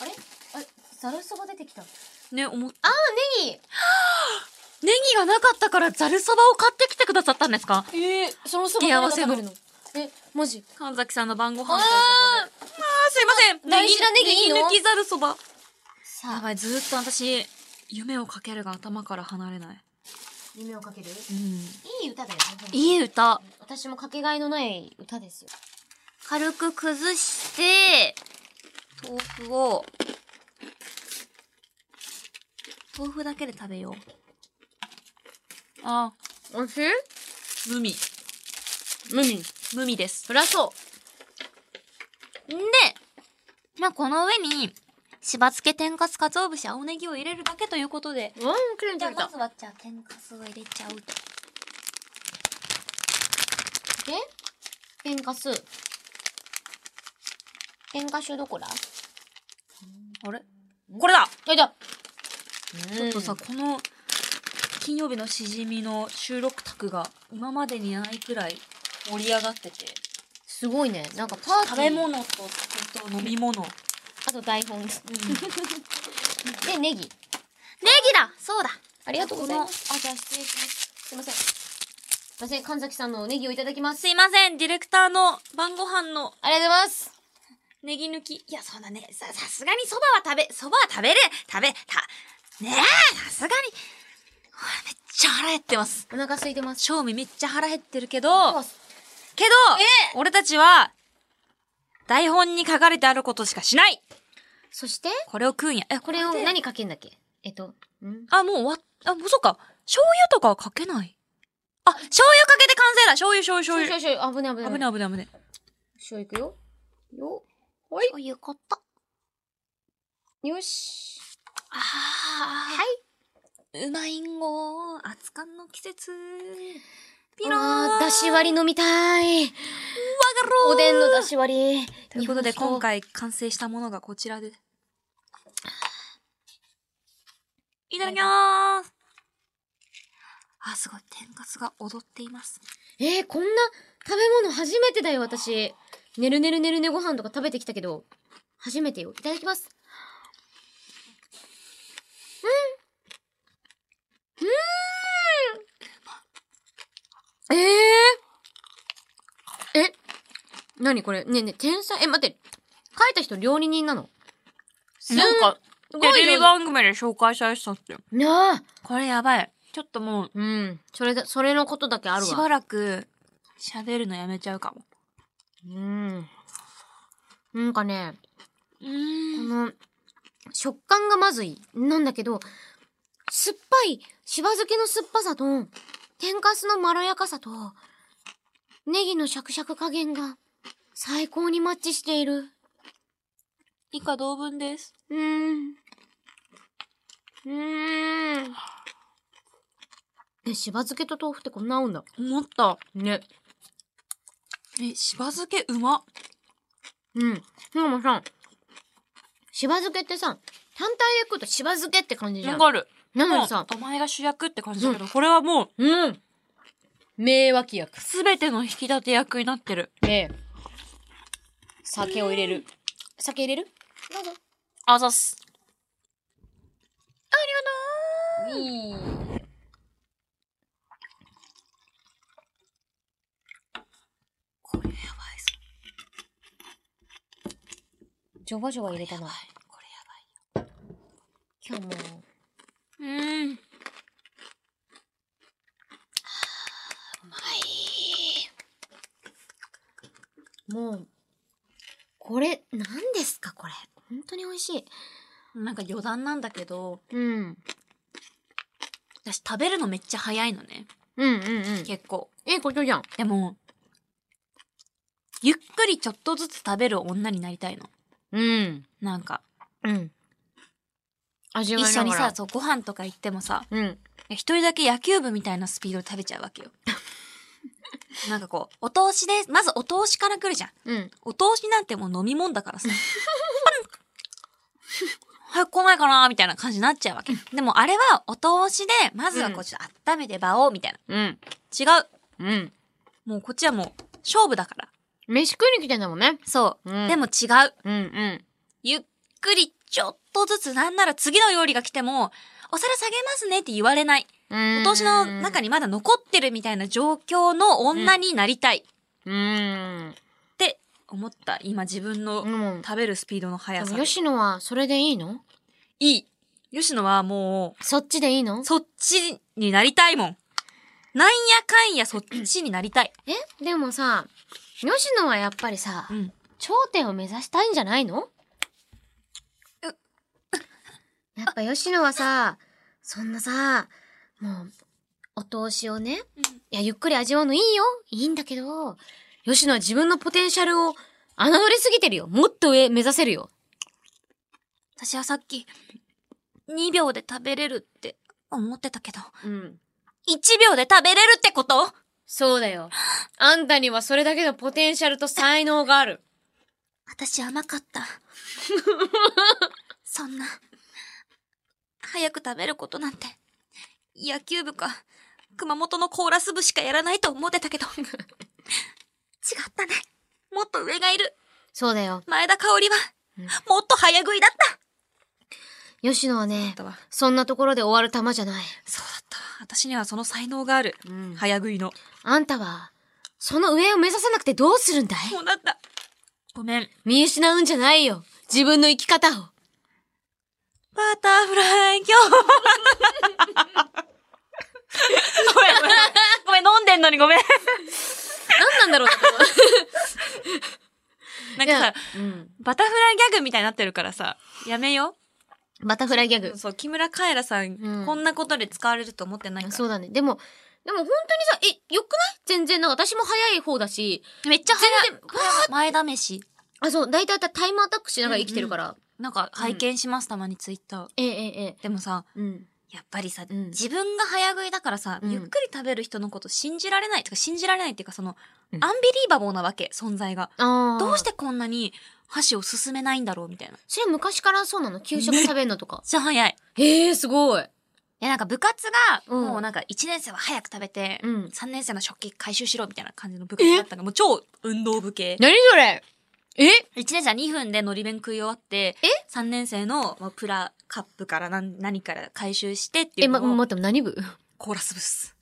[SPEAKER 2] あれあ、ザルそば出てきた。あ
[SPEAKER 3] ね、思っ
[SPEAKER 2] あ、ネギ
[SPEAKER 3] ネギがなかったからざるそばを買ってきてくださったんですか
[SPEAKER 2] ええそのそ
[SPEAKER 3] ば
[SPEAKER 2] ば
[SPEAKER 3] 誰が食べるの
[SPEAKER 2] え、マジ
[SPEAKER 3] 神崎さんの晩ご飯ということで。
[SPEAKER 2] あー
[SPEAKER 3] あー、すいません。
[SPEAKER 2] 大事なネギいいの
[SPEAKER 3] ネギざるそば。
[SPEAKER 2] さ
[SPEAKER 3] やばい、ずーっと私、夢をかけるが頭から離れない。
[SPEAKER 2] 夢をかける
[SPEAKER 3] うん。
[SPEAKER 2] いい歌だよ。
[SPEAKER 3] いい歌。
[SPEAKER 2] 私もかけがえのない歌ですよ。
[SPEAKER 3] 軽く崩して、豆腐を、豆腐だけで食べよう。あ、
[SPEAKER 2] おいしい
[SPEAKER 3] 無味。
[SPEAKER 2] 無味。
[SPEAKER 3] 無味です。
[SPEAKER 2] そりゃそ
[SPEAKER 3] んで、まあ、この上に、しば漬け天かすかつお節青ネギを入れるだけということで、
[SPEAKER 2] う。うん、きれいに
[SPEAKER 3] じゃ
[SPEAKER 2] 食
[SPEAKER 3] あ
[SPEAKER 2] べ
[SPEAKER 3] ま
[SPEAKER 2] た
[SPEAKER 3] ず。はじゃあ天かすを入れちゃ
[SPEAKER 2] で、
[SPEAKER 3] う。
[SPEAKER 2] 天かす。天かすどこだ
[SPEAKER 3] あれこれだ
[SPEAKER 2] あ、じゃあ。
[SPEAKER 3] ちょっとさ、この、金曜日のしじみの収録卓が今までにないくらい盛り上がってて、
[SPEAKER 2] すごいね。なんかパーティー。
[SPEAKER 3] 食べ物と酒と飲み物。
[SPEAKER 2] あと台本。 で、ネギ。
[SPEAKER 3] ネギだそうだ
[SPEAKER 2] あ
[SPEAKER 3] あ。
[SPEAKER 2] りがとうございます
[SPEAKER 3] あ、じゃあ失礼します。
[SPEAKER 2] すいません。すいません、神崎さんのネギをいただきます。
[SPEAKER 3] すいません、ディレクターの晩ご飯の
[SPEAKER 2] ありがとうございます。
[SPEAKER 3] ネギ抜き。いや、そうだね。さ、さすがにそばは食べ、そばは食べる食べ、た、ねえさすがに。ほらめっちゃ腹減ってます。
[SPEAKER 2] お腹空いてます。
[SPEAKER 3] 正味めっちゃ腹減ってるけど、
[SPEAKER 2] あ
[SPEAKER 3] けど、俺たちは、台本に書かれてあることしかしない
[SPEAKER 2] そして、
[SPEAKER 3] これを食うんや。え、
[SPEAKER 2] これを何かけんだっけえっと、ん
[SPEAKER 3] あ、もう終わっ、あ、もうそっか。醤油とかはかけない。あ、醤油かけて完成だ醤油、醤油、
[SPEAKER 2] しょ
[SPEAKER 3] 醤
[SPEAKER 2] しょしょ、危ない危ない。
[SPEAKER 3] 油。危ない危ない危ない。
[SPEAKER 2] 塩いくよ。よ。はい。
[SPEAKER 3] ういうこと。
[SPEAKER 2] よし。
[SPEAKER 3] ああ。はい。うまいんごー。暑寒の季節。ピロー
[SPEAKER 2] あー、だし割り飲みたい。おでんのだし割り。
[SPEAKER 3] ということで、
[SPEAKER 2] 日本
[SPEAKER 3] 今
[SPEAKER 2] 酒
[SPEAKER 3] 回完成したものがこちらで。いただきます。あ、すごい。天かすが踊っています。
[SPEAKER 2] えー、こんな食べ物初めてだよ、私。ねるねるねるねご飯とか食べてきたけど、初めてよ。いただきます。うん。うーん。えー、え、なにこれねえねえ、天才、え、待って。書いた人料理人なのすん
[SPEAKER 3] なんか、
[SPEAKER 2] ごい
[SPEAKER 3] テ
[SPEAKER 2] よ
[SPEAKER 3] レビ番組で紹介されてたって。
[SPEAKER 2] なあ
[SPEAKER 3] これやばい。ちょっとも
[SPEAKER 2] う
[SPEAKER 3] う、
[SPEAKER 2] ん。それだ、それのことだけあるわ。
[SPEAKER 3] しばらく喋るのやめちゃうかも。
[SPEAKER 2] うん。なんかね、
[SPEAKER 3] う
[SPEAKER 2] こ
[SPEAKER 3] ん。
[SPEAKER 2] の、食感がまずい、なんだけど、酸っぱい、しば漬けの酸っぱさと、天かすのまろやかさと、ネギのシャクシャク加減が、最高にマッチしている。
[SPEAKER 3] 以下同文です。
[SPEAKER 2] うーん。うーん。え、しば漬けと豆腐ってこんな合うんだ。
[SPEAKER 3] 思った。
[SPEAKER 2] ね。
[SPEAKER 3] え、しば漬けうま。
[SPEAKER 2] うん。でもさ、しば漬けってさ、単体で食うとしば漬けって感じじゃ
[SPEAKER 3] わ
[SPEAKER 2] ん。
[SPEAKER 3] かる。
[SPEAKER 2] なの
[SPEAKER 3] も
[SPEAKER 2] にさ
[SPEAKER 3] う、、お前が主役って感じだけど、これはもう、
[SPEAKER 2] うん。名脇役。
[SPEAKER 3] すべての引き立て役になってる。
[SPEAKER 2] ねえ。酒を入れる。酒入れる
[SPEAKER 3] あざっす。ありがとうこれやばいぞ。
[SPEAKER 2] ジョバジョバ入れたな。
[SPEAKER 3] こ
[SPEAKER 2] 今日も、
[SPEAKER 3] れやばい。うん。
[SPEAKER 2] もう、これ、何ですかこれ。本当に美味しい。
[SPEAKER 3] なんか余談なんだけど、
[SPEAKER 2] うん。
[SPEAKER 3] 私食べるのめっちゃ早いのね。
[SPEAKER 2] うんうんうん。
[SPEAKER 3] 結構。
[SPEAKER 2] いいことじゃん。
[SPEAKER 3] でも、ゆっくりちょっとずつ食べる女になりたいの。
[SPEAKER 2] うん。
[SPEAKER 3] なんか、
[SPEAKER 2] うん。味わい
[SPEAKER 3] 一緒
[SPEAKER 2] な
[SPEAKER 3] に
[SPEAKER 2] がら
[SPEAKER 3] さ、そう、ご飯とか行ってもさ、
[SPEAKER 2] うん。
[SPEAKER 3] 一人だけ野球部みたいなスピードで食べちゃうわけ よ。なんかこう、お通しです。まずお通しから来るじゃん。
[SPEAKER 2] うん。
[SPEAKER 3] お通しなんてもう飲み物だからさ。 早く来ないかなみたいな感じになっちゃうわけ。でもあれはお通しで、まずはこうちょっと温めて場を、みたい
[SPEAKER 2] うん。
[SPEAKER 3] な。違う。
[SPEAKER 2] うん。
[SPEAKER 3] もうこっちはもう勝負だから。
[SPEAKER 2] 飯食いに来てんだもんね。
[SPEAKER 3] そう。
[SPEAKER 2] うん
[SPEAKER 3] でも違う。
[SPEAKER 2] うんうん。
[SPEAKER 3] ゆっくりちょっとずつなんなら次の料理が来ても、お皿下げますねって言われない。
[SPEAKER 2] うん
[SPEAKER 3] お通しの中にまだ残ってるみたいな状況の女になりたいっ
[SPEAKER 2] うん。
[SPEAKER 3] て思った。今自分の
[SPEAKER 2] うん
[SPEAKER 3] 食べるスピードの
[SPEAKER 2] で
[SPEAKER 3] 速さ
[SPEAKER 2] も、
[SPEAKER 3] で。
[SPEAKER 2] 吉野はそれでいいの
[SPEAKER 3] いい。吉野はも
[SPEAKER 2] そっちでいいの
[SPEAKER 3] う、そっちになりたいもん。なんやかんやそっちになりたい。
[SPEAKER 2] えでもさ、吉野はやっぱりさ、
[SPEAKER 3] うん。
[SPEAKER 2] 頂点を目指したいんじゃないのやっぱ吉野はさ、そんなさ、もう、お通しをね、いや、ゆっくり味わうのいいよ。いいんだけど、吉野は自分のポテンシャルを侮りすぎてるよ。もっと上目指せるよ。
[SPEAKER 3] 私はさっき、2秒で食べれるって思ってたけど、
[SPEAKER 2] うん。
[SPEAKER 3] 1秒で食べれるってこと
[SPEAKER 2] そうだよ。あんたにはそれだけのポテンシャルと才能がある。
[SPEAKER 3] 私甘か った。そんな、早く食べることなんて、野球部か、熊本のコーラス部しかやらないと思ってたけ ど、違ったね。もっと上がいる。
[SPEAKER 2] そうだよ。
[SPEAKER 3] 前田香織は、もっと早食いだった。
[SPEAKER 2] 吉野はね
[SPEAKER 3] そうだわ、
[SPEAKER 2] そんなところで終わる玉じゃない。
[SPEAKER 3] そうだった。私にはその才能がある。
[SPEAKER 2] うん
[SPEAKER 3] 早食いの。
[SPEAKER 2] あんたは、その上を目指さなくてどうするんだい
[SPEAKER 3] もうだった。ごめん。
[SPEAKER 2] 見失うんじゃないよ。自分の生き方を。
[SPEAKER 3] バタフライ今日ごめん、ごめん。ごめん、飲んでんのにごめん。
[SPEAKER 2] 何なんだろう
[SPEAKER 3] な
[SPEAKER 2] い
[SPEAKER 3] んか
[SPEAKER 2] や
[SPEAKER 3] さ、
[SPEAKER 2] うん。
[SPEAKER 3] バタフライギャグみたいになってるからさ、やめよ
[SPEAKER 2] バタフライギャ
[SPEAKER 3] う。
[SPEAKER 2] グ。
[SPEAKER 3] そう、木村カエラさん、
[SPEAKER 2] うん
[SPEAKER 3] こんなことで使われると思ってないから。
[SPEAKER 2] そうだね。でも、でも本当にさ、え、よくない全然、なんか私も早い方だし、
[SPEAKER 3] めっちゃ早い。
[SPEAKER 2] 全然
[SPEAKER 3] 前試し。
[SPEAKER 2] あ、そう、大体タイムアタックしながら生きてるから。
[SPEAKER 3] なんか拝見します、たまにツイッター。
[SPEAKER 2] えええええ
[SPEAKER 3] でもさ、
[SPEAKER 2] え。うん。
[SPEAKER 3] やっぱりさ、
[SPEAKER 2] うん
[SPEAKER 3] 自分が早食いだからさ、
[SPEAKER 2] うん
[SPEAKER 3] ゆっくり食べる人のこと信じられないとか信じられないっていうかその、
[SPEAKER 2] うん
[SPEAKER 3] アンビリーバボーなわけ、存在が。
[SPEAKER 2] ああ。
[SPEAKER 3] どうしてこんなに箸を進めないんだろうみたいな。
[SPEAKER 2] それ昔からそうなの給食食べんのとか。
[SPEAKER 3] じゃあ早い。
[SPEAKER 2] ええすごい。
[SPEAKER 3] いや、なんか部活が、
[SPEAKER 2] うん
[SPEAKER 3] もうなんか1年生は早く食べて、
[SPEAKER 2] うん
[SPEAKER 3] 3年生の食器回収しろみたいな感じの部活だったのが、もう超運動部系。
[SPEAKER 2] 何それえ
[SPEAKER 3] 1年生は2分でのり弁食い終わって、3年生のまあプラカップから何何から回収してってい
[SPEAKER 2] え、
[SPEAKER 3] う
[SPEAKER 2] ま、
[SPEAKER 3] のを
[SPEAKER 2] 待って、何部
[SPEAKER 3] コーラス部っす。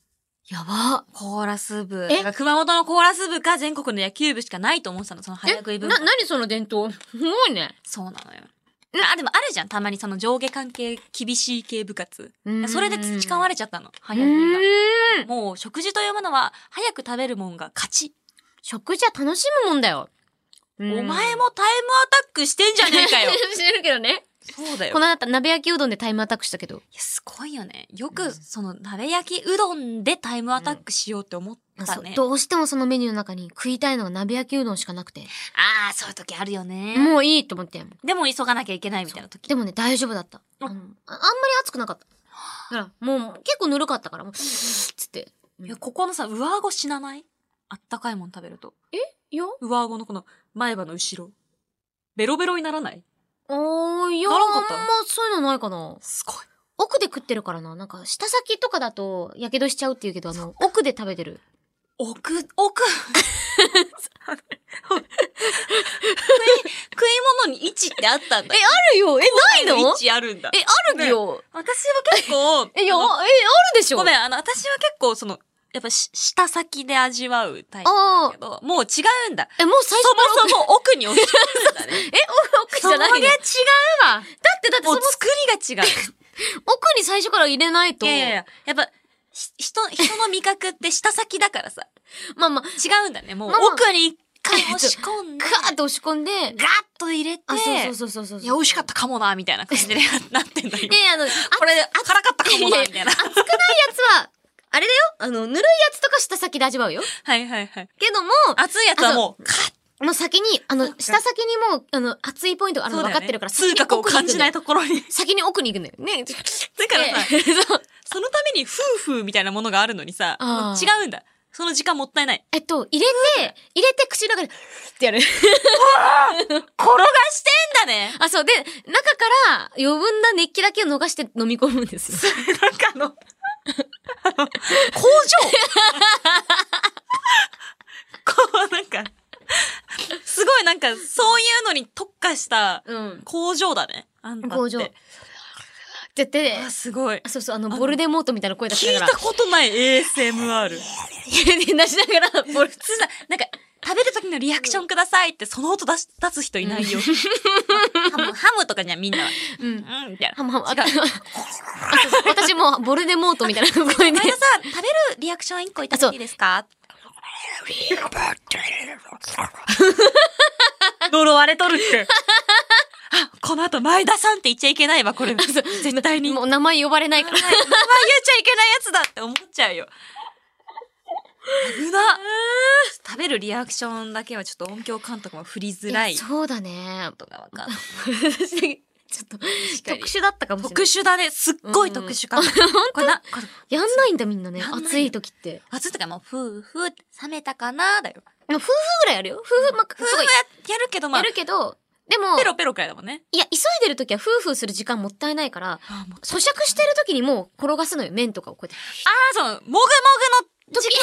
[SPEAKER 2] やば。
[SPEAKER 3] コーラス部。
[SPEAKER 2] え
[SPEAKER 3] だから熊本のコーラス部か全国の野球部しかないと思ってたの、その早食い部。
[SPEAKER 2] 何その伝統 すごいね。
[SPEAKER 3] そうなのよ。あ、でもあるじゃん。たまにその上下関係厳しい系部活
[SPEAKER 2] う。ん
[SPEAKER 3] それで培われちゃったの。
[SPEAKER 2] う
[SPEAKER 3] 早食いが。
[SPEAKER 2] ーん。
[SPEAKER 3] もう食事というものは早く食べるもんが勝ち。
[SPEAKER 2] 食事は楽しむもんだよ。お。
[SPEAKER 3] お前もタイムアタックしてんじゃねえかよ
[SPEAKER 2] してるけどね。
[SPEAKER 3] そうだよ。
[SPEAKER 2] この後、鍋焼きうどんでタイムアタックしたけど。
[SPEAKER 3] いやすごいよね。よくその鍋焼きうどんでタイムアタックしようって思っ
[SPEAKER 2] あ
[SPEAKER 3] た
[SPEAKER 2] そう
[SPEAKER 3] ね。
[SPEAKER 2] どうしてもそのメニューの中に食いたいのが鍋焼きうどんしかなくて。
[SPEAKER 3] ああ、そういう時あるよね。
[SPEAKER 2] もういいと思って。
[SPEAKER 3] でも急がなきゃいけないみたいな時。
[SPEAKER 2] でもね、大丈夫だった。
[SPEAKER 3] あ
[SPEAKER 2] あのああんまり熱くなかった。だから、もう結構ぬるかったから、もう、つって。
[SPEAKER 3] いや、ここのさ、上顎死なないあったかいもん食べると。
[SPEAKER 2] いや
[SPEAKER 3] 上顎のこの前歯の後ろ。ベロベロにならない
[SPEAKER 2] おー、いや、
[SPEAKER 3] ならん
[SPEAKER 2] あ
[SPEAKER 3] か
[SPEAKER 2] ん
[SPEAKER 3] っ
[SPEAKER 2] ま
[SPEAKER 3] た
[SPEAKER 2] そういうのないかな。
[SPEAKER 3] すごい。
[SPEAKER 2] 奥で食ってるからな。なんか、舌先とかだと、やけどしちゃうっていうけど、あの、奥で食べてる。
[SPEAKER 3] 奥、奥。食い物に位置ってあったんだ。
[SPEAKER 2] あるよえ、な
[SPEAKER 3] え位置あるんだ。
[SPEAKER 2] え、あるよ、
[SPEAKER 3] 私は結構
[SPEAKER 2] え、いや、あ
[SPEAKER 3] あ
[SPEAKER 2] え、
[SPEAKER 3] の
[SPEAKER 2] あるでしょ
[SPEAKER 3] ごめ
[SPEAKER 2] ん。
[SPEAKER 3] ん、あの、私は結構その、やっぱし、下先で味わうタイプ
[SPEAKER 2] あ
[SPEAKER 3] だ
[SPEAKER 2] あ
[SPEAKER 3] けど、もう違うんだ。
[SPEAKER 2] え、もう最初から
[SPEAKER 3] そもそも奥に落 ちてるんだね。
[SPEAKER 2] え、奥じゃない
[SPEAKER 3] それ
[SPEAKER 2] よ
[SPEAKER 3] 違
[SPEAKER 2] だ
[SPEAKER 3] うわ。
[SPEAKER 2] って、だって、そ
[SPEAKER 3] も
[SPEAKER 2] の
[SPEAKER 3] う作りが違う。
[SPEAKER 2] 奥に最初から入れないと。
[SPEAKER 3] いやいやいや、やっぱ、し人、人の味覚って下先だか らさ、
[SPEAKER 2] まあまあ、
[SPEAKER 3] 違うんだね。もう
[SPEAKER 2] まあまあ
[SPEAKER 3] 奥に一回押し込んで、
[SPEAKER 2] ガーって押し込んで、
[SPEAKER 3] ガッと入れて、
[SPEAKER 2] あ、そうそうそうそうそう。
[SPEAKER 3] いや、美味しかったかもな、みたいな感じでなってんだよ
[SPEAKER 2] い。やいや、あの、あ
[SPEAKER 3] これで、辛かったかも
[SPEAKER 2] いや
[SPEAKER 3] な、
[SPEAKER 2] い
[SPEAKER 3] みたいな。
[SPEAKER 2] 熱くないやつは、あれだよあの、ぬるいやつとか舌先で味わうよ。
[SPEAKER 3] はいはいはい。
[SPEAKER 2] けども、
[SPEAKER 3] 熱いやつはもう、カッ
[SPEAKER 2] もう先に、あの、舌先にもう、あの、熱いポイントがあるの分かってるから、
[SPEAKER 3] 痛覚を感じない
[SPEAKER 2] と。
[SPEAKER 3] ところに。
[SPEAKER 2] 先に奥に行くんだよ。 ね。
[SPEAKER 3] だからさ、
[SPEAKER 2] でそう
[SPEAKER 3] そのために夫婦みたいなものがあるのにさ、
[SPEAKER 2] あ
[SPEAKER 3] もう
[SPEAKER 2] ー
[SPEAKER 3] 違うんだ。その時間もったいない。
[SPEAKER 2] えっと、入れて、入れて口の中で、ってやる。
[SPEAKER 3] 転がしてんだね
[SPEAKER 2] あ、そう。で、中から余分な熱気だけを逃して飲み込むんですよ。
[SPEAKER 3] なんかあの、あの工場こうなんか、すごいなんか、そういうのに特化した
[SPEAKER 2] うん。
[SPEAKER 3] 工場だね。あんたって。
[SPEAKER 2] 工場。ってやって、
[SPEAKER 3] あ、すごい
[SPEAKER 2] あ。そうそう、あの、ボルデモートみたいな声出し
[SPEAKER 3] 聞い
[SPEAKER 2] ながら
[SPEAKER 3] た。ことない ASMR。
[SPEAKER 2] いや出しながら、ボル
[SPEAKER 3] 普通さ、なんか、食べる時のリアクションくださいって、その音出す、出す人いないよ。ハム、ハムとかにはみんなは、
[SPEAKER 2] う。
[SPEAKER 3] うんん、みたい
[SPEAKER 2] は
[SPEAKER 3] な。
[SPEAKER 2] もはも、あとあそうそう私もうボルデモートみたいな声で
[SPEAKER 3] 前。田さん、食べるリアクション1個いただいていいですか 呪われとる って。あ、この後前田さんって言っちゃいけないわ、これ。 絶対に。
[SPEAKER 2] もう名前呼ばれないか
[SPEAKER 3] 名前
[SPEAKER 2] ら。
[SPEAKER 3] 言っちゃいけないやつだって思っちゃうよ。危な。 食べるリアクションだけはちょっと音響監督も振りづらいこ
[SPEAKER 2] そうだね。
[SPEAKER 3] とがわかんない。
[SPEAKER 2] 私ちょっと、
[SPEAKER 3] かに
[SPEAKER 2] 特殊だったかもしれ
[SPEAKER 3] 特
[SPEAKER 2] ない。
[SPEAKER 3] 殊だね。すっごい特殊かも。これな、 これ
[SPEAKER 2] やんないんだみんなね。
[SPEAKER 3] やんないよ
[SPEAKER 2] 暑い時って。
[SPEAKER 3] 暑い時はもう、ふうふう、冷めたかなだよ。
[SPEAKER 2] まあ夫婦ぐらいやるよ。夫婦、まあ、
[SPEAKER 3] ふうふ
[SPEAKER 2] す
[SPEAKER 3] う
[SPEAKER 2] ごい。
[SPEAKER 3] ややるけど、
[SPEAKER 2] や
[SPEAKER 3] まあ、
[SPEAKER 2] るけど、でも、
[SPEAKER 3] ペロペロくらいだもんね。
[SPEAKER 2] いや、急いでる時は夫婦する時間もったいないから、咀嚼してる時にもう転がすのよ。麺とかをこうやっ
[SPEAKER 3] ああ、その、もぐもぐの時
[SPEAKER 2] て。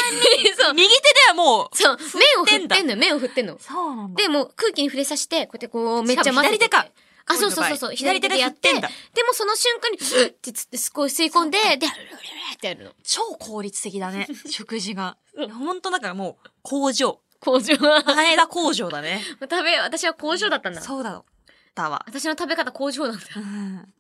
[SPEAKER 2] そう
[SPEAKER 3] 間、。右手ではもう、
[SPEAKER 2] そう。麺を振
[SPEAKER 3] ん
[SPEAKER 2] っ
[SPEAKER 3] だ
[SPEAKER 2] てんのよ。麺を振ってんの。
[SPEAKER 3] そうなん。
[SPEAKER 2] で、もう空気に触れさせて、こうやってこう、めっちゃ
[SPEAKER 3] しかも
[SPEAKER 2] 混ぜ
[SPEAKER 3] 左
[SPEAKER 2] て
[SPEAKER 3] 手か。
[SPEAKER 2] あ、そうそうそうそう。
[SPEAKER 3] 左手で
[SPEAKER 2] や
[SPEAKER 3] 振
[SPEAKER 2] っ、
[SPEAKER 3] ってて
[SPEAKER 2] で
[SPEAKER 3] んだ
[SPEAKER 2] もその瞬間に、うっってつって、すごい吸い込んで、で、ってやるの。
[SPEAKER 3] 超効率的だね、食事が。ほんとだからもう、工場。
[SPEAKER 2] 工場。食
[SPEAKER 3] 前田工場だね。
[SPEAKER 2] べ、私は工場だったんだ。
[SPEAKER 3] そうだろ。だわ。
[SPEAKER 2] 私の食べ方工場なんだ。
[SPEAKER 3] うん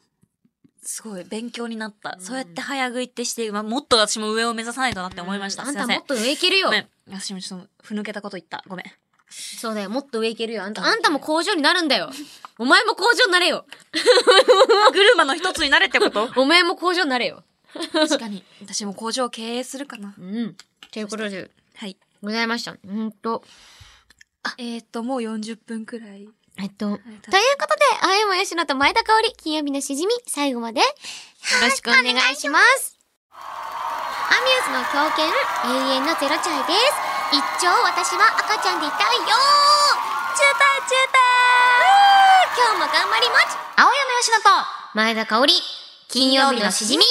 [SPEAKER 3] すごい、勉強になった。そうやって早食いってして、まあ、もっと私も上を目指さないとなって思いました。
[SPEAKER 2] あ
[SPEAKER 3] す
[SPEAKER 2] ん
[SPEAKER 3] いま
[SPEAKER 2] た
[SPEAKER 3] せ
[SPEAKER 2] も
[SPEAKER 3] ん
[SPEAKER 2] っ。と上行けるよ
[SPEAKER 3] ご。めん。私もちょっと、ふぬけたこと言った。ごめん。
[SPEAKER 2] そうだよ、もっと上行けるよ。あんた、あんたも工場になるんだよ。お前も工場になれよ。
[SPEAKER 3] グルマの一つになれってこと
[SPEAKER 2] お前も工場になれよ。
[SPEAKER 3] 確かに。私も工場を経営するかな
[SPEAKER 2] う。ん。ということで、
[SPEAKER 3] はい。
[SPEAKER 2] ございました。うーんと。
[SPEAKER 3] えー、っと、もう40分くらい。
[SPEAKER 2] えっと、ということで、青山よしのと前田香織、金曜日のしじみ、最後まで、よろしくお願いします。アミューズの狂犬、永遠のゼロチャイです。一丁、私は赤ちゃんでいたいよチューパーチューパー今日も頑張りまち青山よしのと前田香織、金曜日のしじみ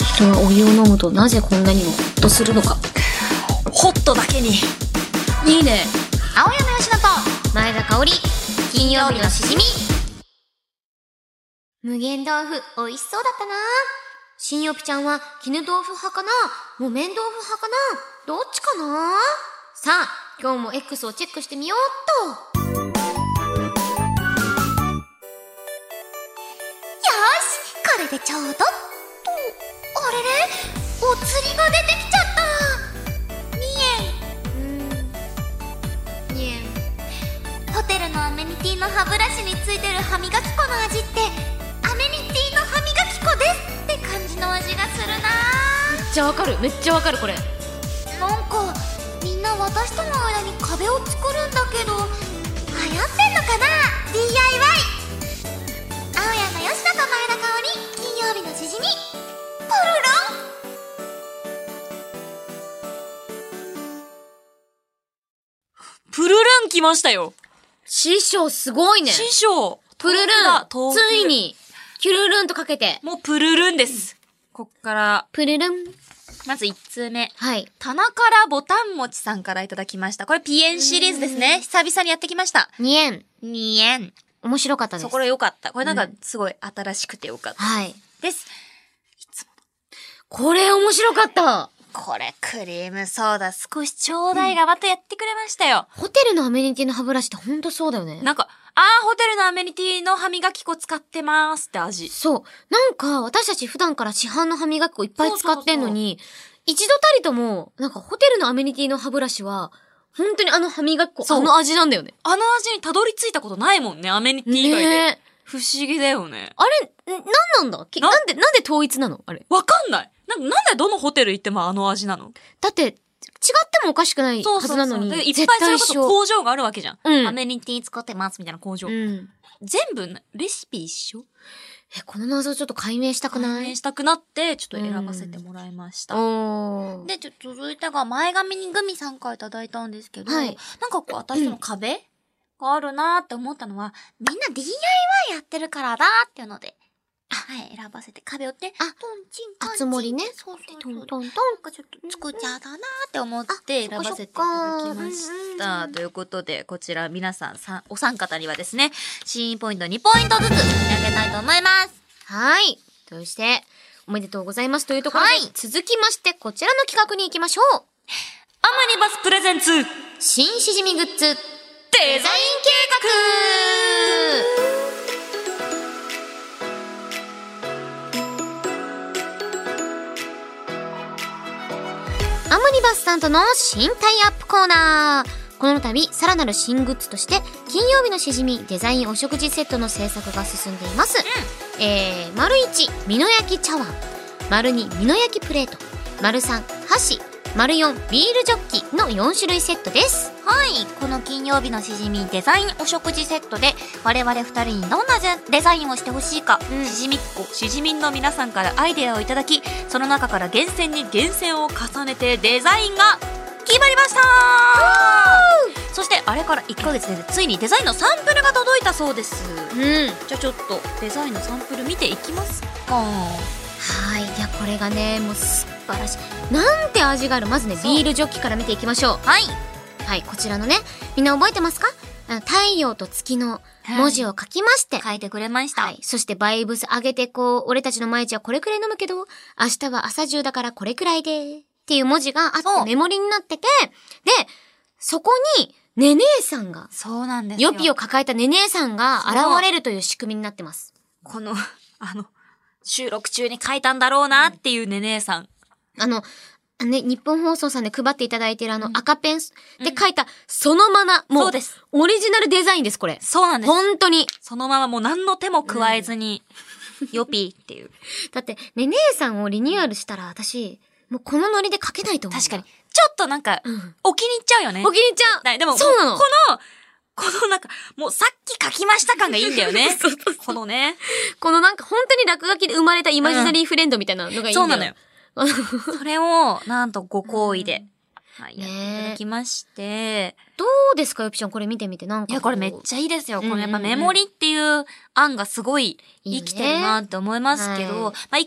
[SPEAKER 2] 人はお湯を飲むとなぜこんなにもホッとするのか。
[SPEAKER 4] ホットだけに
[SPEAKER 2] いいね。
[SPEAKER 4] 青山吉乃と
[SPEAKER 2] 前田香織、金曜日のしじみ。無限豆腐、美味しそうだったな。新よぴちゃんは絹豆腐派かな木綿豆腐派かなどっちかなさあ、今日も X をチェックしてみようっと。
[SPEAKER 4] よしこれでちょうどっとあれれお釣りが出てきちゃった2円うん2円ホテルのアメニティの歯ブラシについてる歯磨き粉の味ってアメニティの歯磨き粉ですって感じの味がするな
[SPEAKER 2] めっちゃわかる、めっちゃわかるこれ。
[SPEAKER 4] なんかみんな私との間に壁を作るんだけど流行ってんのかな DIY 青山よしと前田香織金曜日のしじみポロロン
[SPEAKER 3] プルルン来ましたよ。
[SPEAKER 2] 師匠すごいね。
[SPEAKER 3] 師匠。
[SPEAKER 2] プルルン
[SPEAKER 3] 豆、腐
[SPEAKER 2] つい。に、キュルルンとかけて。
[SPEAKER 3] もうプルルンです。こっから、
[SPEAKER 2] プルルン。
[SPEAKER 3] まず1通目。
[SPEAKER 2] はい。
[SPEAKER 3] 棚からぼたんもちさんからいただきました。これピエンシリーズですね。久々にやってきました。
[SPEAKER 2] 2円。
[SPEAKER 3] 2円。
[SPEAKER 2] 面白かったです。
[SPEAKER 3] そう、これ良かった。これなんか
[SPEAKER 2] うん
[SPEAKER 3] すごい新しくて良かった。
[SPEAKER 2] はい。
[SPEAKER 3] です。
[SPEAKER 2] これ面白かった。
[SPEAKER 3] これクリームソーダ少しちょうだいがまたやってくれましたよ。
[SPEAKER 2] ホテルのアメニティの歯ブラシってほんとそうだよね。
[SPEAKER 3] なんか、あー、ホテルのアメニティの歯磨き粉使ってますって味。
[SPEAKER 2] そう。なんか、私たち普段から市販の歯磨き粉いっぱい使ってんのに、一度たりとも、なんかホテルのアメニティの歯ブラシは、本当にあの歯磨き粉、
[SPEAKER 3] そう
[SPEAKER 2] あの味なんだよね。
[SPEAKER 3] あの味にたどり着いたことないもんね、アメニティ以外で。
[SPEAKER 2] ねえ。
[SPEAKER 3] 不思議だよね。
[SPEAKER 2] あれ、んなんなんだき
[SPEAKER 3] な
[SPEAKER 2] なんで、なんで統一なのあれ。
[SPEAKER 3] わかんない。なんなんでどのホテル行ってもあの味なの
[SPEAKER 2] だって、違ってもおかしくないはずなのに、
[SPEAKER 3] でいっ
[SPEAKER 2] 絶
[SPEAKER 3] ぱいそ
[SPEAKER 2] 対
[SPEAKER 3] れ
[SPEAKER 2] 一
[SPEAKER 3] こそ
[SPEAKER 2] 緒。
[SPEAKER 3] 工場があるわけじゃん。
[SPEAKER 2] うん
[SPEAKER 3] アメニティ使ってますみたいな工場。
[SPEAKER 2] うん。
[SPEAKER 3] 全部レシピ一緒
[SPEAKER 2] え、この謎ちょっと解明したくな
[SPEAKER 3] 解
[SPEAKER 2] い
[SPEAKER 3] 明したくなって、ちょっと選ばせてもらいました。
[SPEAKER 2] おー。
[SPEAKER 4] で、ちょっと続いてが前髪にグミさんからいただいたんですけど、
[SPEAKER 2] はい
[SPEAKER 4] なんかこう私との壁があるなーって思ったのは、みんな DIY やってるからだーっていうので、はい、選ばせて壁をって、
[SPEAKER 2] あ
[SPEAKER 4] トンチンカンチン。
[SPEAKER 2] あつ森ね
[SPEAKER 4] そうそうそ
[SPEAKER 2] ト
[SPEAKER 4] う。
[SPEAKER 2] ン
[SPEAKER 4] な
[SPEAKER 2] トント
[SPEAKER 4] ん
[SPEAKER 2] ン。
[SPEAKER 4] かちょっと作っちゃうだなーって思って選
[SPEAKER 2] あ
[SPEAKER 4] ばせていただきまし
[SPEAKER 2] そっかそっかうんうん
[SPEAKER 4] た
[SPEAKER 2] う。ん
[SPEAKER 4] ということで、こちら皆さんさん、お三方にはですね、シーンポイント2ポイントずつあげたいと思います。
[SPEAKER 2] はい。そして、おめでとうございますというところで、
[SPEAKER 4] はい
[SPEAKER 2] 続きまして、こちらの企画に行きましょう。
[SPEAKER 3] アマニバスプレゼンツデ
[SPEAKER 2] 新しじみグッズ、デザイン
[SPEAKER 3] ザイン
[SPEAKER 2] 計画アムニバスさんとの新タイアップコーナー。この度、さらなる新グッズとして、金曜日のしじみデザインお食事セットの制作が進んでいます。えー、丸1、美濃焼き茶碗。丸2、美濃焼きプレート。丸3、箸。丸4、ビールジョッキの4種類セットです。
[SPEAKER 4] はい、この金曜日のしじみデザインお食事セットで我々二人にどんなじゅデザインをしてほしいか、
[SPEAKER 2] うん
[SPEAKER 3] しじみっこしじみんの皆さんからアイデアをいただきその中から厳選に厳選を重ねてデザインが決まりましたそしてあれから1ヶ月でついにデザインのサンプルが届いたそうです
[SPEAKER 2] うん。
[SPEAKER 3] じゃあちょっとデザインのサンプル見ていきますか
[SPEAKER 2] はい。いや、これがね、もう素晴らしい。なんて味がある。まずね、
[SPEAKER 3] そう
[SPEAKER 2] ビールジョッキから見ていきましょ
[SPEAKER 3] はい、
[SPEAKER 2] う。はい、こちらのね、みんな覚えてますかあの太陽と月の文字を書きまして、
[SPEAKER 3] 書いてくれました、
[SPEAKER 2] はい。そしてバイブス上げてこう、俺たちの毎日はこれくらい飲むけど、明日は朝中だからこれくらいで、っていう文字があ
[SPEAKER 3] そ
[SPEAKER 2] って
[SPEAKER 3] う
[SPEAKER 2] メモリになってて、で、そこに、ねねえさんが、
[SPEAKER 3] そうなんですよ
[SPEAKER 2] 予備を抱えたねねえさんが現れるという仕組みになってます。
[SPEAKER 3] このあの収録中に書いたんだろうなっていうねねえさん
[SPEAKER 2] あの、ね、日本放送さんで配っていただいているあの赤ペンで書いたそのまま、も
[SPEAKER 3] そううです、
[SPEAKER 2] オリジナルデザインです、これ。
[SPEAKER 3] そうなんです
[SPEAKER 2] 本当に。
[SPEAKER 3] そのままもう何の手も加えずに、よぴーっ ていう。
[SPEAKER 2] だって、ねねえさんをリニューアルしたら私、もうこのノリで書けないと思う。
[SPEAKER 3] 確かに。。ちょっとなんか、
[SPEAKER 2] うん。
[SPEAKER 3] お気に入っちゃうよね。
[SPEAKER 2] お気に入っちゃう。
[SPEAKER 3] ないでも、
[SPEAKER 2] そうなの。
[SPEAKER 3] この、このなんか、もうさっき書きました感がいいんだ よね。このね。
[SPEAKER 2] このなんか本当に落書きで生まれたイマジナリーフレンドみたいなのがいいんだよ、
[SPEAKER 3] そうなのよ。。それを、なんとご好意で、はい、
[SPEAKER 2] ねえ
[SPEAKER 3] やっていただきまして、
[SPEAKER 2] どうですか、よぴちゃん、これ見てみて。なんか。
[SPEAKER 3] いうや、これめっちゃいいですよ。
[SPEAKER 2] う
[SPEAKER 3] こ
[SPEAKER 2] んうんうん
[SPEAKER 3] のやっぱメモリっていう案がすごい生きてるなって思いますけ
[SPEAKER 2] い
[SPEAKER 3] ど、
[SPEAKER 2] いよねはい
[SPEAKER 3] まあ一個だけ言え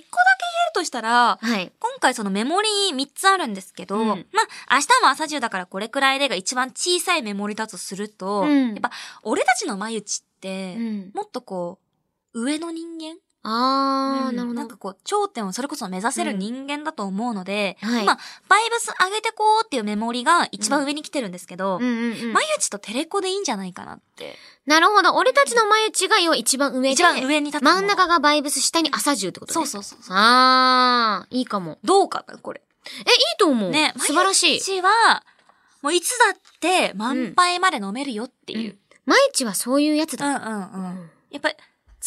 [SPEAKER 3] うとしたら、
[SPEAKER 2] はい。
[SPEAKER 3] 今回そのメモリー3つあるんですけど、
[SPEAKER 2] うん
[SPEAKER 3] まあ、明日も朝中だからこれくらいでが一番小さいメモリだとすると、
[SPEAKER 2] うん
[SPEAKER 3] やっぱ、俺たちの眉打ちって、
[SPEAKER 2] うん。
[SPEAKER 3] もっとこう、上の人間
[SPEAKER 2] あー、
[SPEAKER 3] うん
[SPEAKER 2] なるほど。
[SPEAKER 3] んかこう、頂点をそれこそ目指せる人間だと思うので、
[SPEAKER 2] はい。
[SPEAKER 3] まあ、バイブス上げてこうっていうメモリが一番上に来てるんですけど、
[SPEAKER 2] うんうんうん。
[SPEAKER 3] 眉打ちとテレコでいいんじゃないかなって。
[SPEAKER 2] なるほど。俺たちの眉打ちが要は一番上で。
[SPEAKER 3] 一番上に立つの
[SPEAKER 2] 真ん中がバイブス、下に朝中ってことね。
[SPEAKER 3] そうそうそうそう。
[SPEAKER 2] あー、いいかも。
[SPEAKER 3] どうかな、これ。
[SPEAKER 2] え、いいと思う。
[SPEAKER 3] ね、
[SPEAKER 2] 素晴らしい。
[SPEAKER 3] 毎日は、もういつだって満杯まで飲めるよっていう。
[SPEAKER 2] 毎日はそういうやつ
[SPEAKER 3] うん、
[SPEAKER 2] だ。
[SPEAKER 3] うん、うんうんやっぱり、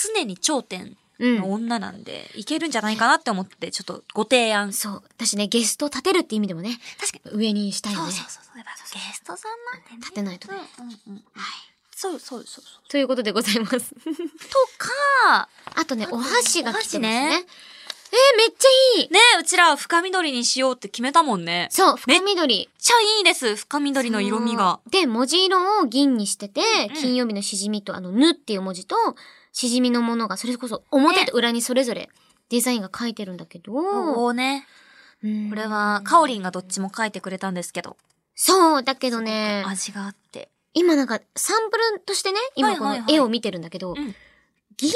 [SPEAKER 3] 常に頂点
[SPEAKER 2] うん。
[SPEAKER 3] の女なんで、いけるんじゃないかなって思って、ちょっとご提案。そ
[SPEAKER 2] そう。私ね、ゲストを立てるって意味でもね、
[SPEAKER 3] 確かに。
[SPEAKER 2] 上にしたいよ
[SPEAKER 3] そう
[SPEAKER 2] ね。
[SPEAKER 3] そうそう。やっぱゲストさんなんてね。
[SPEAKER 2] 立てないとね。
[SPEAKER 3] うんうんうん。はい。そうそうそうそう。
[SPEAKER 2] ということでござい ます。
[SPEAKER 3] とか、
[SPEAKER 2] あとね、お箸が来てます
[SPEAKER 3] お
[SPEAKER 2] ね。
[SPEAKER 3] 箸
[SPEAKER 2] えー、めっちゃいい。
[SPEAKER 3] ねうちら深緑にしようって決めたもんね。めっ
[SPEAKER 2] そう、深緑。
[SPEAKER 3] ちゃいいです、深緑の色味が。
[SPEAKER 2] そう。で、文字色を銀にしてて、
[SPEAKER 3] うん
[SPEAKER 2] 金曜日のしじみと、あの、ぬっていう文字と、しじみのものが、それこそ表
[SPEAKER 3] ね
[SPEAKER 2] と裏にそれぞれデザインが書いてるんだけど、
[SPEAKER 3] こうね。
[SPEAKER 2] うん
[SPEAKER 3] これは、カオリンがどっちも描いてくれたんですけど、
[SPEAKER 2] そう、だけどね、
[SPEAKER 3] 味があって。
[SPEAKER 2] 今なんかサンプルとしてね、今こ
[SPEAKER 3] は
[SPEAKER 2] の
[SPEAKER 3] いはいはい
[SPEAKER 2] 絵を見てるんだけど、
[SPEAKER 3] うん
[SPEAKER 2] 銀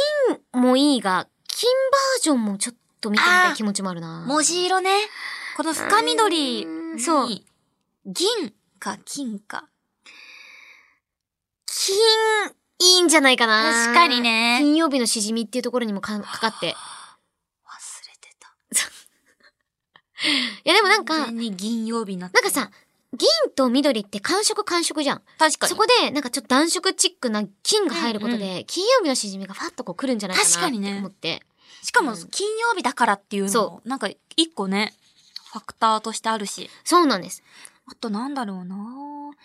[SPEAKER 2] もいいが、金バージョンもちょっと見てみたい気持ちもあるな。
[SPEAKER 3] 文字色ね。この深緑
[SPEAKER 2] う
[SPEAKER 3] に、
[SPEAKER 2] んそう
[SPEAKER 3] 銀か金か。
[SPEAKER 2] 金、いいんじゃないかな。
[SPEAKER 3] 確かにね
[SPEAKER 2] 金曜日のしじみっていうところにもかかかって。い
[SPEAKER 3] 忘れてた。
[SPEAKER 2] やでもなん
[SPEAKER 3] 完
[SPEAKER 2] か、
[SPEAKER 3] 全に銀曜日になって
[SPEAKER 2] な
[SPEAKER 3] る
[SPEAKER 2] んか、さ、銀と緑って寒色寒色じゃん。
[SPEAKER 3] 確かに。
[SPEAKER 2] そこで、なんかちょっと暖色チックな金が入ることで、
[SPEAKER 3] うん
[SPEAKER 2] 金曜日のしじみがファッとこう来るんじゃないかな
[SPEAKER 3] 確かにね
[SPEAKER 2] って思って。
[SPEAKER 3] しかも
[SPEAKER 2] うん
[SPEAKER 3] 金曜日だからっていうのも
[SPEAKER 2] そ、
[SPEAKER 3] なんか一個ね、ファクターとしてあるし。
[SPEAKER 2] そうなんです。
[SPEAKER 3] あとなんだろうな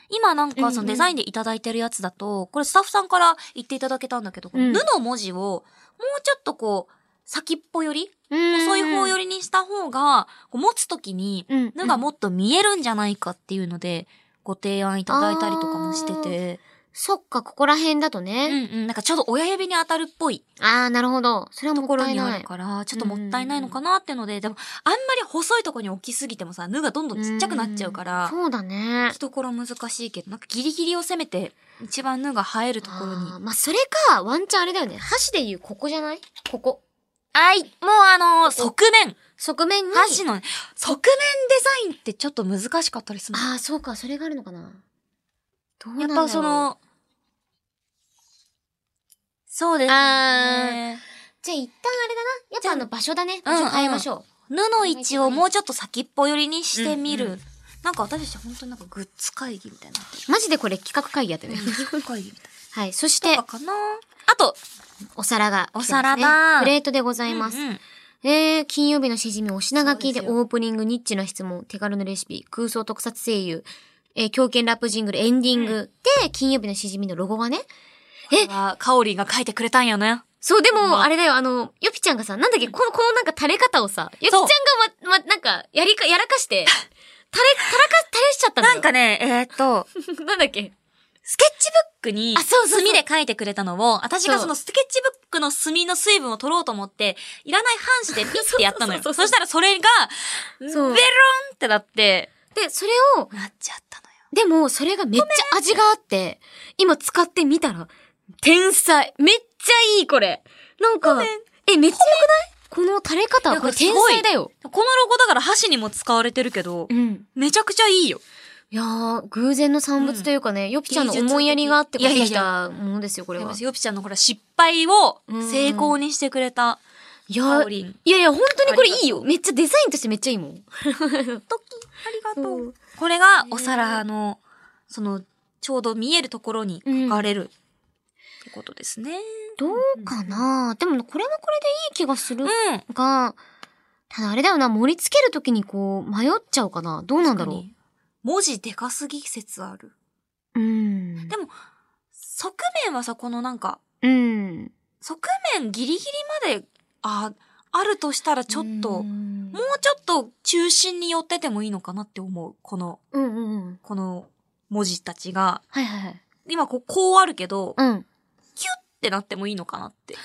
[SPEAKER 3] 今なん
[SPEAKER 2] うんう
[SPEAKER 3] か
[SPEAKER 2] ん
[SPEAKER 3] そのデザインでいただいてるやつだと、これスタッフさんから言っていただけたんだけど、この
[SPEAKER 2] うん
[SPEAKER 3] ぬの文字をもうちょっとこう、先っぽより、
[SPEAKER 2] そ
[SPEAKER 3] 細い方よ
[SPEAKER 2] り、
[SPEAKER 3] りにした方が、こう持つときに、
[SPEAKER 2] うん
[SPEAKER 3] ぬがもっと見えるんじゃないかっていうので、ご提案いただいたりとかもしてて、
[SPEAKER 2] そっか、ここら辺だと
[SPEAKER 3] うん
[SPEAKER 2] ね。
[SPEAKER 3] うん、なんかちょうど親指に当たるっぽい
[SPEAKER 2] ああ、なるほど。それは
[SPEAKER 3] と
[SPEAKER 2] も
[SPEAKER 3] こ
[SPEAKER 2] っ
[SPEAKER 3] ろ
[SPEAKER 2] たい
[SPEAKER 3] にあ
[SPEAKER 2] ない
[SPEAKER 3] る。から、ちょっともったいないのかなってので、でも、あんまり細いところに置きすぎてもさ、ぬがどんどんちっちゃくなっちゃうから、
[SPEAKER 2] そうだね。
[SPEAKER 3] ところ難しいけど、なんかギリギリを攻めて、一番ぬが生えるところに。
[SPEAKER 2] あーまあ、それか、ワンチャンあれだよね。箸で言うここじゃないここ。
[SPEAKER 3] はい、もうあのー側面。
[SPEAKER 2] 側面に。
[SPEAKER 3] 箸の、側面デザインってちょっと難しかったりするの
[SPEAKER 2] ああ、そうか、それがあるのかな。どうな
[SPEAKER 3] や
[SPEAKER 2] ん
[SPEAKER 3] っ
[SPEAKER 2] だろう
[SPEAKER 3] ぱそ、の、そうです
[SPEAKER 2] あ
[SPEAKER 3] ね。
[SPEAKER 2] じゃあ一旦あれだな。やっぱあの場所だね。
[SPEAKER 3] うん
[SPEAKER 2] 場所変えましょう。
[SPEAKER 3] 布の位置をもうちょっと先っぽ寄りにしてみる。
[SPEAKER 2] うんう
[SPEAKER 3] なんか私たち本当になんかグッズ会議 みたいになってる。
[SPEAKER 2] マジでこれ企画会議やったよね。
[SPEAKER 3] グッズ会議みた
[SPEAKER 2] はい。そし
[SPEAKER 3] い
[SPEAKER 2] て
[SPEAKER 3] な。、かなあと、
[SPEAKER 2] お皿が来てます、ね。
[SPEAKER 3] お皿だ
[SPEAKER 2] プレートでございます。
[SPEAKER 3] うんうん
[SPEAKER 2] えー、金曜日のしじみ、お品書きで
[SPEAKER 3] そうですよ
[SPEAKER 2] オープニング、ニッチな質問、手軽なレシピ、空想特撮声優、えー、狂犬ラップジングル、エンディング、で、金曜日のしじみのロゴがね。え
[SPEAKER 3] あカオリンが書いてくれたんよね。
[SPEAKER 2] そう、で
[SPEAKER 3] ま
[SPEAKER 2] も、
[SPEAKER 3] あ
[SPEAKER 2] あれだよ、あの、ヨピちゃんがさ、なんだっけ、この、このなんか垂れ方をさ、ヨピちゃんがま、ま、なんか、やりか、やらかして、垂れ、垂らか、垂れしちゃったんだ
[SPEAKER 3] な
[SPEAKER 2] よ。
[SPEAKER 3] んかね、えーっと、
[SPEAKER 2] か、 なんだっけ。
[SPEAKER 3] スケッチブックに
[SPEAKER 2] あそうそうそう
[SPEAKER 3] 墨で書いてくれたのを、私がそのスケッチブックの墨の水分を取ろうと思って、いらない半紙でピッてやったのよ。
[SPEAKER 2] そうそうそうそ
[SPEAKER 3] そ
[SPEAKER 2] う
[SPEAKER 3] したらそれが、ベロ
[SPEAKER 2] そ
[SPEAKER 3] ン
[SPEAKER 2] う
[SPEAKER 3] ってなって、
[SPEAKER 2] で、それを、
[SPEAKER 3] なっちゃったのよ。
[SPEAKER 2] でも、それがめっちゃ味があって、今使ってみたら、天才めっちゃいい、これなんか、え、めっちゃ良くないこの垂れ
[SPEAKER 3] い
[SPEAKER 2] 方、
[SPEAKER 3] や
[SPEAKER 2] これ
[SPEAKER 3] これ
[SPEAKER 2] 天
[SPEAKER 3] すごい
[SPEAKER 2] 才だよ。
[SPEAKER 3] このロゴだから箸にも使われてるけど、
[SPEAKER 2] うん。
[SPEAKER 3] めちゃくちゃいいよ。
[SPEAKER 2] いやー、偶然の産物というかね、ヨピちゃんの思いやりがあって買ってきたものですよ、これ
[SPEAKER 3] で
[SPEAKER 2] は。
[SPEAKER 3] も
[SPEAKER 2] い
[SPEAKER 3] ヨピちゃんのほら失敗を
[SPEAKER 2] うん
[SPEAKER 3] 成功にしてくれた。
[SPEAKER 2] や
[SPEAKER 3] カ
[SPEAKER 2] ー
[SPEAKER 3] オ、リン。
[SPEAKER 2] いやいや、本当にこれいいよ。めっちゃデザインとしてめっちゃいいも ん。
[SPEAKER 3] ありがと
[SPEAKER 2] そう
[SPEAKER 3] う。これがお皿の、その、ちょうど見えるところに書かれる、ってことですね。
[SPEAKER 2] どうかなでも、これはこれでいい気がする
[SPEAKER 3] うん。
[SPEAKER 2] が、ただあれだよな、盛り付けるときにこう、迷っちゃうかなどうなんだろ
[SPEAKER 3] 確かに文字でかすぎ説ある。
[SPEAKER 2] ううん
[SPEAKER 3] で。も、側面はさ、このなんか、
[SPEAKER 2] うん。
[SPEAKER 3] 側面ギリギリまで、あ、あるとしたらちょっと、
[SPEAKER 2] う
[SPEAKER 3] も
[SPEAKER 2] ん
[SPEAKER 3] うちょっと中心に寄っててもいいのかなって思う。この、
[SPEAKER 2] うんうんうん。
[SPEAKER 3] この文字たちが。
[SPEAKER 2] はいはいはい。
[SPEAKER 3] 今こう、こうあるけど、っ
[SPEAKER 2] うん。
[SPEAKER 3] てなってもいいのかなって。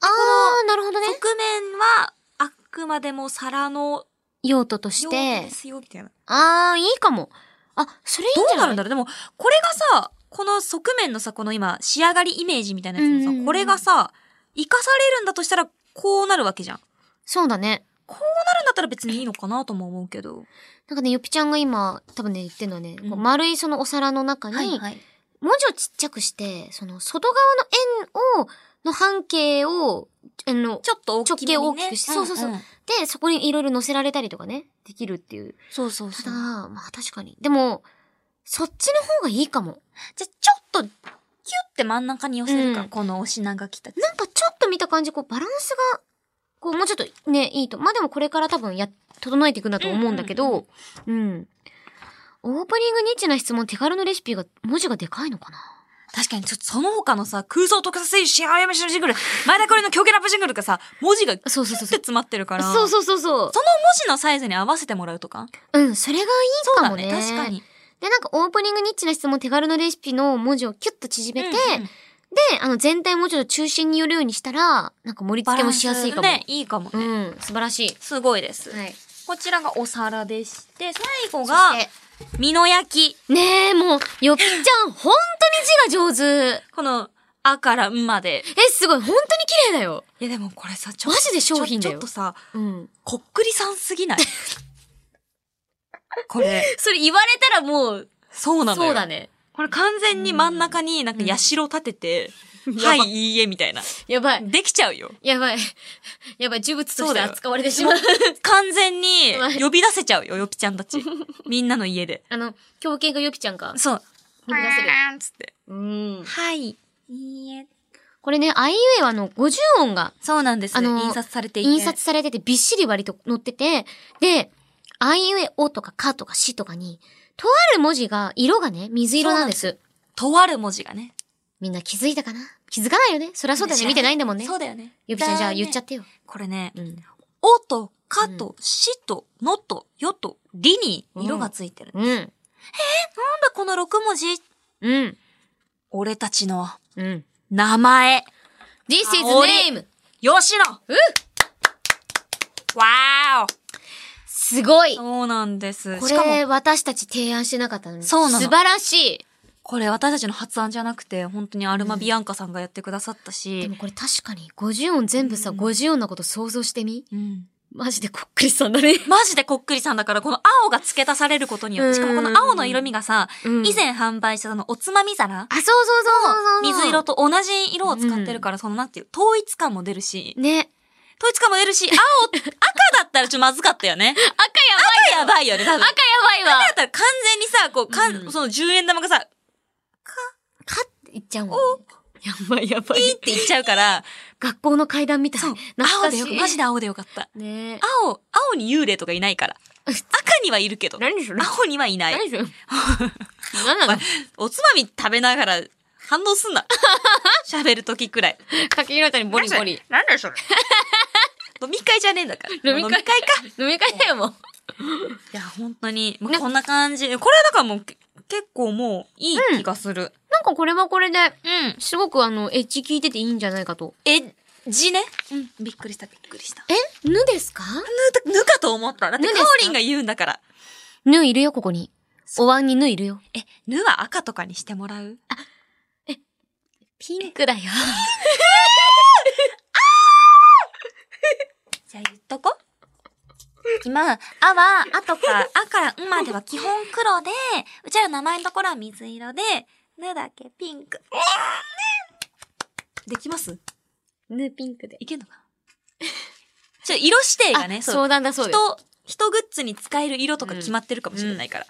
[SPEAKER 2] あー、なるほどね。
[SPEAKER 3] 側面は、あ、くまでも皿の
[SPEAKER 2] 用途とし
[SPEAKER 3] 用途
[SPEAKER 2] て
[SPEAKER 3] で。すよ、みたいな。
[SPEAKER 2] あー、いいかも。あ、それいい
[SPEAKER 3] ど
[SPEAKER 2] んじ
[SPEAKER 3] う
[SPEAKER 2] ゃ
[SPEAKER 3] な
[SPEAKER 2] ない
[SPEAKER 3] るんだろうでも、これがさ、この側面のさ、この今、仕上がりイメージみたいなやつ
[SPEAKER 2] う
[SPEAKER 3] の
[SPEAKER 2] んうんう
[SPEAKER 3] さ、
[SPEAKER 2] ん
[SPEAKER 3] これがさ、活かされるんだとしたら、こうなるわけじゃん。
[SPEAKER 2] そうだね。
[SPEAKER 3] こうなるんだったら別にいいのかなとも思うけど。
[SPEAKER 2] なんかね、ゆぴちゃんが今、多分ね、言ってるのはね、
[SPEAKER 3] うん
[SPEAKER 2] こう丸いそのお皿の中に、
[SPEAKER 5] い。
[SPEAKER 2] 文字をちっちゃくして、その外側の円を、の半径を、あの、
[SPEAKER 3] ちょっと大
[SPEAKER 2] 直
[SPEAKER 3] きめ
[SPEAKER 2] 径を
[SPEAKER 3] に
[SPEAKER 2] 大
[SPEAKER 3] ね
[SPEAKER 2] きくして、そうそうそう。
[SPEAKER 3] んん
[SPEAKER 2] で、そこにいろいろ乗せられたりとかね、できるっていう。
[SPEAKER 3] そうそう
[SPEAKER 2] た
[SPEAKER 3] そ
[SPEAKER 2] だ、
[SPEAKER 3] う。
[SPEAKER 2] まあ確かに。でも、そっちの方がいいかも。
[SPEAKER 3] じゃ、ちょっと、キュって真ん中に寄せるか、
[SPEAKER 2] うん
[SPEAKER 3] このお品書きたち。
[SPEAKER 2] なんかちょっと見た感じ、こうバランスが、こうもうちょっとね、いいと。まあでもこれから多分や、整えていくんだと思うんだけど、うんオープニングニッチな質問、手軽のレシピが、文字がでかいのかな
[SPEAKER 3] 確かに、ちょっとその他のさ、空想特撮戦士、あやめしのジングル、前田これの狂気ラップジングルとかさ、文字がギュッ
[SPEAKER 2] そうそうそ
[SPEAKER 3] て
[SPEAKER 2] うそう。
[SPEAKER 3] 詰まってるから、
[SPEAKER 2] そうそうそうそう
[SPEAKER 3] その文字のサイズに合わせてもらうとか
[SPEAKER 2] うん、それがいい
[SPEAKER 3] そう
[SPEAKER 2] か
[SPEAKER 3] だ
[SPEAKER 2] もね。
[SPEAKER 3] ね、確か。に。
[SPEAKER 2] で、なんかオープニングニッチな質問、手軽のレシピの文字をキュッと縮めて、
[SPEAKER 3] うんうん
[SPEAKER 2] で、あの全体もうちょっと中心に寄るようにしたら、なんか盛り付けもしやすいかも。
[SPEAKER 3] バランスね、いいかも
[SPEAKER 2] う
[SPEAKER 3] ね。
[SPEAKER 2] ん、素晴らしい。
[SPEAKER 3] すごいです。
[SPEAKER 2] はい。
[SPEAKER 3] こちらがお皿でして、最後が、
[SPEAKER 2] そして
[SPEAKER 3] 身の焼き。
[SPEAKER 2] ねえ、もう、よぴちゃん、本当に字が上手。
[SPEAKER 3] この、あからんまで。
[SPEAKER 2] え、すごい、本当に綺麗だよ。
[SPEAKER 3] いやでもこれさ、ち
[SPEAKER 2] マジで商品だよ
[SPEAKER 3] ちょちょっとさ、
[SPEAKER 2] うん。
[SPEAKER 3] こっくりさんすぎない これ、
[SPEAKER 2] それ言われたらもう、
[SPEAKER 3] そうなのよ。
[SPEAKER 2] そうだ。ね。
[SPEAKER 3] これ完全に真ん中になんか社立て て、はい、いいえみたいな。
[SPEAKER 2] やばい。
[SPEAKER 3] できちゃうよ。
[SPEAKER 2] やばい。 やばい、呪物と
[SPEAKER 3] そ
[SPEAKER 2] し
[SPEAKER 3] う
[SPEAKER 2] て
[SPEAKER 3] だよ
[SPEAKER 2] 扱われてしま う。
[SPEAKER 3] 完全 に
[SPEAKER 2] はい
[SPEAKER 3] 呼び出せちゃうよ、よぴちゃんたち。みんなの家で。
[SPEAKER 2] あの、狂犬がよぴちゃんか。
[SPEAKER 3] そう。
[SPEAKER 2] 呼び出せる。
[SPEAKER 3] ーんつって。
[SPEAKER 2] うん。
[SPEAKER 3] はい。
[SPEAKER 5] いいえ。
[SPEAKER 2] これね、あいうえはの50音が
[SPEAKER 3] そうなんです、
[SPEAKER 2] あ
[SPEAKER 3] ね。
[SPEAKER 2] の
[SPEAKER 3] 印刷されていて。
[SPEAKER 2] 印刷されててびっしり割と載ってて、で、あいうえおとかかとかしとかに、とある文字が、色がね、水色なんです。
[SPEAKER 3] とある文字がね。
[SPEAKER 2] みんな気づいたかな気づかないよね。そりゃそうだよね。見てないんだもんね。
[SPEAKER 3] そうだよね。
[SPEAKER 2] よぴちゃん、じゃあ言っちゃ
[SPEAKER 3] っ
[SPEAKER 2] ってよ。
[SPEAKER 3] これね、
[SPEAKER 2] うん。
[SPEAKER 3] おと、かと、しと、のと、よと、りに色がついてる。
[SPEAKER 2] うん。
[SPEAKER 3] なんだこの6文字
[SPEAKER 2] うん。
[SPEAKER 3] 俺たちの
[SPEAKER 2] うん。
[SPEAKER 3] 名前。
[SPEAKER 2] This is
[SPEAKER 3] 煽り
[SPEAKER 2] name!
[SPEAKER 3] 吉野
[SPEAKER 2] う
[SPEAKER 3] わ
[SPEAKER 2] すごい
[SPEAKER 3] ーおそうなんです。
[SPEAKER 2] こ
[SPEAKER 3] しか
[SPEAKER 2] れ、
[SPEAKER 3] も、
[SPEAKER 2] 私たち提案してなかったのに。
[SPEAKER 3] そうなの
[SPEAKER 2] 素晴らしい
[SPEAKER 3] これ私たちの発案じゃなくて、本当にアルマビアンカさんがやってくださったし
[SPEAKER 2] で、もこれ確かに、50音全部さ、50音のこと想像してみ
[SPEAKER 3] うん
[SPEAKER 2] マジでこっくりさんだね。
[SPEAKER 3] マジでこっくりさんだから、この青が付け足されることによっ
[SPEAKER 2] う
[SPEAKER 3] て、
[SPEAKER 2] ん
[SPEAKER 3] しかもこの青の色味がさ、
[SPEAKER 2] うん
[SPEAKER 3] 以前販売したそのおつまみ皿
[SPEAKER 2] あ、そうそうそうそうそう。
[SPEAKER 3] 水色と同じ色を使ってるから、そのなんていう、統一感も出るし、
[SPEAKER 2] ね。
[SPEAKER 3] 統一感も出るし、 青、赤だったらちょっとまずかったよね。
[SPEAKER 2] 赤
[SPEAKER 3] 赤やばいよね、多分。赤
[SPEAKER 2] やばいわ
[SPEAKER 3] だったら完全にさ、こう、かん
[SPEAKER 2] うん
[SPEAKER 3] その10円玉がさ、
[SPEAKER 2] かって言っちゃうもん、ね。やばいやばい
[SPEAKER 3] ピーっていっちゃうから、
[SPEAKER 2] 学校の階段みたい。
[SPEAKER 3] 青
[SPEAKER 2] 懐か
[SPEAKER 3] で
[SPEAKER 2] し
[SPEAKER 3] よく、
[SPEAKER 2] い。
[SPEAKER 3] マジで青でよかった。
[SPEAKER 2] ね
[SPEAKER 3] 青、青に幽霊とかいないから。赤にはいる けど。
[SPEAKER 2] 何それ
[SPEAKER 3] 青にはいない。
[SPEAKER 2] 何それ何 なの
[SPEAKER 3] おつまみ食べながら反応すん な。喋るときくらい。
[SPEAKER 2] 柿の谷ボリボリ。
[SPEAKER 3] なんだよそれ。飲み会じゃねえんだから。
[SPEAKER 2] 飲み会か。 飲み会だよ、もう。
[SPEAKER 3] いや、本当に、もう
[SPEAKER 2] ね
[SPEAKER 3] こんな感じ。これはだからもうけ結構もういい気がする。
[SPEAKER 2] なんかこれはこれで、
[SPEAKER 3] うん。
[SPEAKER 2] すごくあの、エッジ効いてていいんじゃないかと。
[SPEAKER 3] え、字ね。うん。びっくりした、びっくりした。
[SPEAKER 2] えぬですか
[SPEAKER 3] ぬ、ぬかと思った。だって
[SPEAKER 2] ぬです
[SPEAKER 3] カ
[SPEAKER 2] か
[SPEAKER 3] オリンが言うんだから。
[SPEAKER 2] ぬいるよ、ここに。お椀にぬいるよ。
[SPEAKER 3] え、ぬは赤とかにしてもらう
[SPEAKER 2] ピンクだよ。
[SPEAKER 3] じゃあ言っとこ。今、あは、あとか、あからんまでは基本黒で、うちらの名前のところは水色で、
[SPEAKER 5] ぬだけピンク。
[SPEAKER 3] できます
[SPEAKER 2] ぬピンクで。
[SPEAKER 3] いけんのかなちょ、色指定がね、
[SPEAKER 2] あ、そうなんだそうです。
[SPEAKER 3] 人、人グッズに使える色とか決まってるかもしれないから。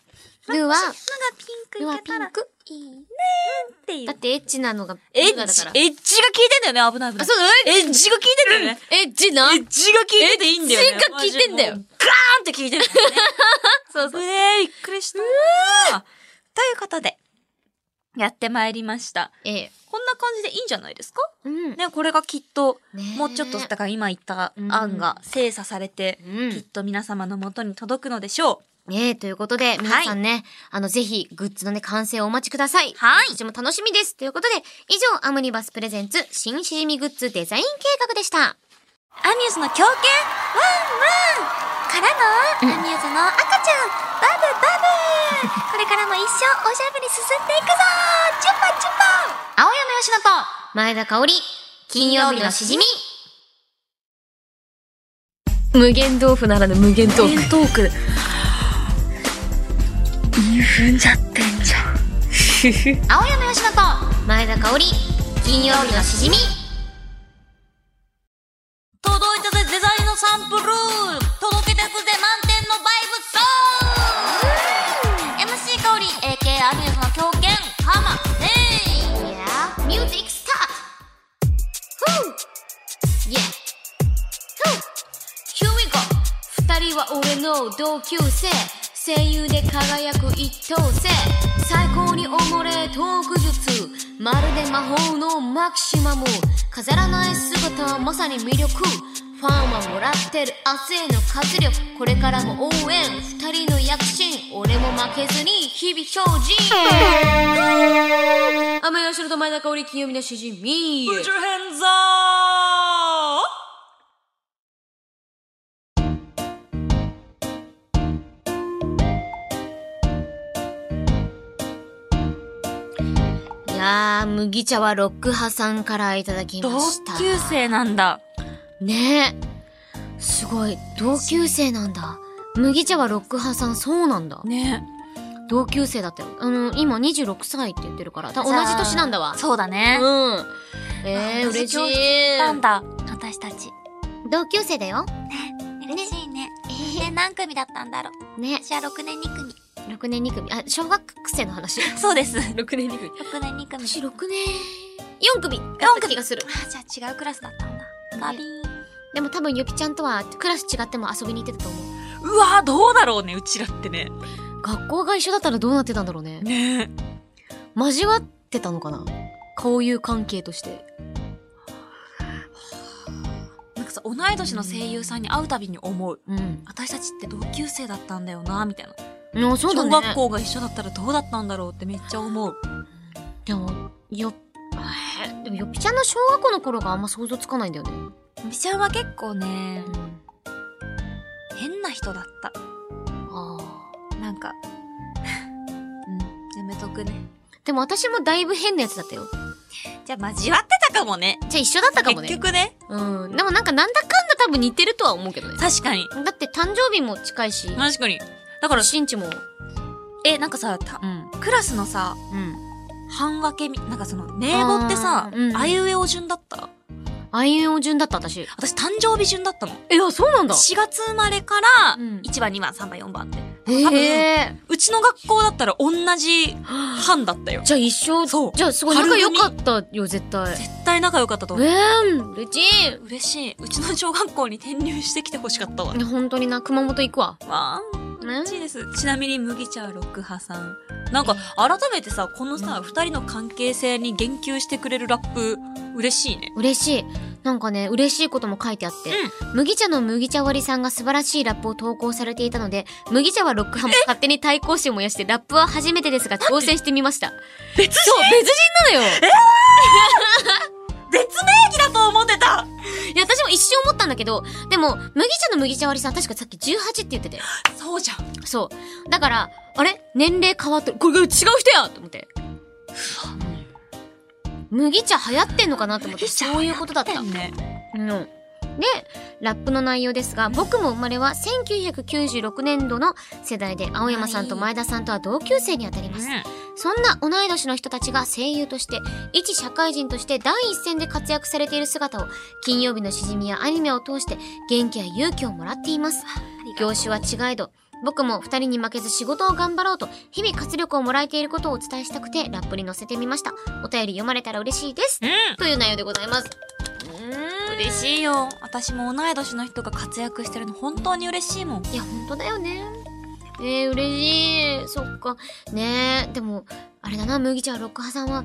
[SPEAKER 2] ぬは、
[SPEAKER 5] ぬがピンク
[SPEAKER 2] ぬ
[SPEAKER 5] い
[SPEAKER 2] は
[SPEAKER 5] け
[SPEAKER 2] ピ
[SPEAKER 5] たら
[SPEAKER 2] ン
[SPEAKER 5] い
[SPEAKER 2] ク。
[SPEAKER 5] いねーってい
[SPEAKER 2] だっ
[SPEAKER 5] う。
[SPEAKER 2] てエッチなのが、ピ
[SPEAKER 3] エッジ、エ
[SPEAKER 2] ンクだから。
[SPEAKER 3] ッジが効いてんだよね、危ない危
[SPEAKER 2] あ、
[SPEAKER 3] ない。
[SPEAKER 2] そうだ、エッ
[SPEAKER 3] エッジが効いてんだよね。
[SPEAKER 2] エッチな
[SPEAKER 3] エッジが効いてていいんだよね。
[SPEAKER 2] エッジが効いてんだよ
[SPEAKER 3] マジもうガーンって効いてるからね。そうそう。ねびっくりした。ということで、やってまいりました。
[SPEAKER 2] ええ。
[SPEAKER 3] こんな感じでいいんじゃないですか
[SPEAKER 2] うん。
[SPEAKER 3] ね、これがきっと、
[SPEAKER 2] ねえ
[SPEAKER 3] もうちょっと、だから今言った案が精査されて、
[SPEAKER 2] うん
[SPEAKER 3] きっと皆様の元に届くのでしょ
[SPEAKER 2] ねえ、ということで、皆さんね、あの、ぜひ、グッズのね、完成をお待ちください。
[SPEAKER 3] はい
[SPEAKER 2] 私も楽しみです。ということで、以上、アムニバスプレゼンツ、新しじみグッズデザイン計画でした。
[SPEAKER 6] アミューズの狂犬ワンワンからの、アミューズの赤ちゃんバブ バブこれからも一生おしゃぶり進んでいくぞチュッパチュッパ
[SPEAKER 3] 青山よしのと
[SPEAKER 2] 前田香織、金曜日のしじみ。無限豆腐ならぬ無限トーク。
[SPEAKER 3] トーク
[SPEAKER 6] 青 山よしのと
[SPEAKER 2] 前田香織、金曜日のしじみ。
[SPEAKER 3] 届いたぜデザインのサンプル届けてくぜ満点のバイブソー MC 香り AK アミューズの狂犬ハマヘイ
[SPEAKER 2] Yeah, music start! Woo! Yeah! Woo! Here we go! 二人は俺の同級生声優で輝く一等星最高におもれトーク術まるで魔法のマキシマム飾らない姿はまさに魅力ファンはもらってる明日への活力これからも応援二人の躍進俺も負けずに日々精 進雨よしのと前田香織金曜日のしじみ
[SPEAKER 3] Put your hands up!
[SPEAKER 2] いやー麦茶はロック派さんからいただきま
[SPEAKER 3] 同
[SPEAKER 2] した
[SPEAKER 3] 級生なんだ
[SPEAKER 2] ねえすごい同級生なんだ麦茶はロック派さんそうなんだ
[SPEAKER 3] ね
[SPEAKER 2] 同級生だったよあの今26歳って言ってるからた同じ年なんだわ
[SPEAKER 3] そうだね
[SPEAKER 2] うんえー、
[SPEAKER 6] 同じ
[SPEAKER 2] 嬉しい
[SPEAKER 6] 教室なんだ私たち
[SPEAKER 2] 同級生だよ
[SPEAKER 6] 嬉しいねで何組だったんだろう
[SPEAKER 2] ね
[SPEAKER 6] 私は6年2組
[SPEAKER 2] 6年2組あ小学生の話
[SPEAKER 3] そうです
[SPEAKER 2] 6年2組
[SPEAKER 6] 6年2組
[SPEAKER 2] 私6年4組だった気がする
[SPEAKER 6] あじゃあ違うクラスだったんだガビーン
[SPEAKER 2] でも多分ゆきちゃんとはクラス違っても遊びに行ってたと思う
[SPEAKER 3] うわどうだろうねうちらってね
[SPEAKER 2] 学校が一緒だったらどうなってたんだろうね
[SPEAKER 3] ね
[SPEAKER 2] 交わってたのかな交友関係として
[SPEAKER 3] なんかさ同い年の声優さんに会うたびに思う
[SPEAKER 2] うん
[SPEAKER 3] 私たちって同級生だったんだよなみたいな、
[SPEAKER 2] あそうだ
[SPEAKER 3] 小
[SPEAKER 2] ね
[SPEAKER 3] 学校が一緒だったらどうだったんだろうってめっちゃ思う
[SPEAKER 2] でもよえーでもよぴちゃんの小学校の頃があんま想像つかないんだよね、
[SPEAKER 3] みちゃんは結構ね
[SPEAKER 2] うん、
[SPEAKER 3] 変な人だった
[SPEAKER 2] あー
[SPEAKER 3] なんか うんやめとくね
[SPEAKER 2] でも私もだいぶ変なやつだったよ
[SPEAKER 3] じゃあ交わってたかもね
[SPEAKER 2] じゃあ一緒だったかもね
[SPEAKER 3] 結局ね
[SPEAKER 2] うんでもなんかなんだかんだ多分似てるとは思うけどね
[SPEAKER 3] 確かに
[SPEAKER 2] だって誕生日も近いし
[SPEAKER 3] 確かにだから
[SPEAKER 2] 新地も
[SPEAKER 3] えなんかさた
[SPEAKER 2] うん
[SPEAKER 3] クラスのさ
[SPEAKER 2] うん
[SPEAKER 3] 半分けみなんかその名簿ってさ
[SPEAKER 2] あーうん
[SPEAKER 3] あいうえお順だった
[SPEAKER 2] あいうえお順だった私い
[SPEAKER 3] 私誕生日順だったの
[SPEAKER 2] やそうなんだ
[SPEAKER 3] 4月生まれから
[SPEAKER 2] うん
[SPEAKER 3] 1番2番3番4番って多分
[SPEAKER 2] へえ
[SPEAKER 3] うちの学校だったら同じ班だったよ
[SPEAKER 2] じゃあ一緒
[SPEAKER 3] そう
[SPEAKER 2] じゃあすごい仲良かったよ絶対
[SPEAKER 3] 絶対仲良かったと思う
[SPEAKER 2] えん、うちい
[SPEAKER 3] 嬉しいうちの小学校に転入してきてほしかったわ
[SPEAKER 2] や本当にな、熊本行くわ。
[SPEAKER 3] わー嬉しいですちなみに麦茶はロック派さんなんか改めてさこのさ2人の関係性に言及してくれるラップ嬉しいね
[SPEAKER 2] 嬉しい。なんかね、嬉しいことも書いてあって、麦茶の麦茶割りさんが素晴らしいラップを投稿されていたので、麦茶はロック派も勝手に対抗心を燃やして、ラップは初めてですが挑戦してみました。
[SPEAKER 3] 別
[SPEAKER 2] そう、別人なのよ
[SPEAKER 3] 別名義だと思ってた
[SPEAKER 2] いや、私も一瞬思ったんだけど、でも、麦茶の麦茶割りさん確かさっき18って言ってて。
[SPEAKER 3] そうじゃん
[SPEAKER 2] そう。だから、あれ年齢変わってる。これ違う人やと思って。麦茶流行ってんのかなと思って、そういうことだった。
[SPEAKER 3] ね
[SPEAKER 2] の。で、ラップの内容ですが、僕も生まれは1996年度の世代で、青山さんと前田さんとは同級生にあたります。そんな同い年の人たちが声優として、一社会人として第一線で活躍されている姿を、金曜日のしじみやアニメを通して、元気や勇気をもらっています。業種は違えど、僕も二人に負けず仕事を頑張ろうと、日々活力をもらえていることをお伝えしたくて、ラップに載せてみました。お便り読まれたら嬉しいです。
[SPEAKER 3] う
[SPEAKER 2] という内容でございます。うーん
[SPEAKER 3] ん嬉しいよ私も同い年の人が活躍してるの本当に嬉しいもん
[SPEAKER 2] いや、本当だよね。えー、嬉しい。そっか。ねえ、でも、あれだな、麦茶はロック派さんは、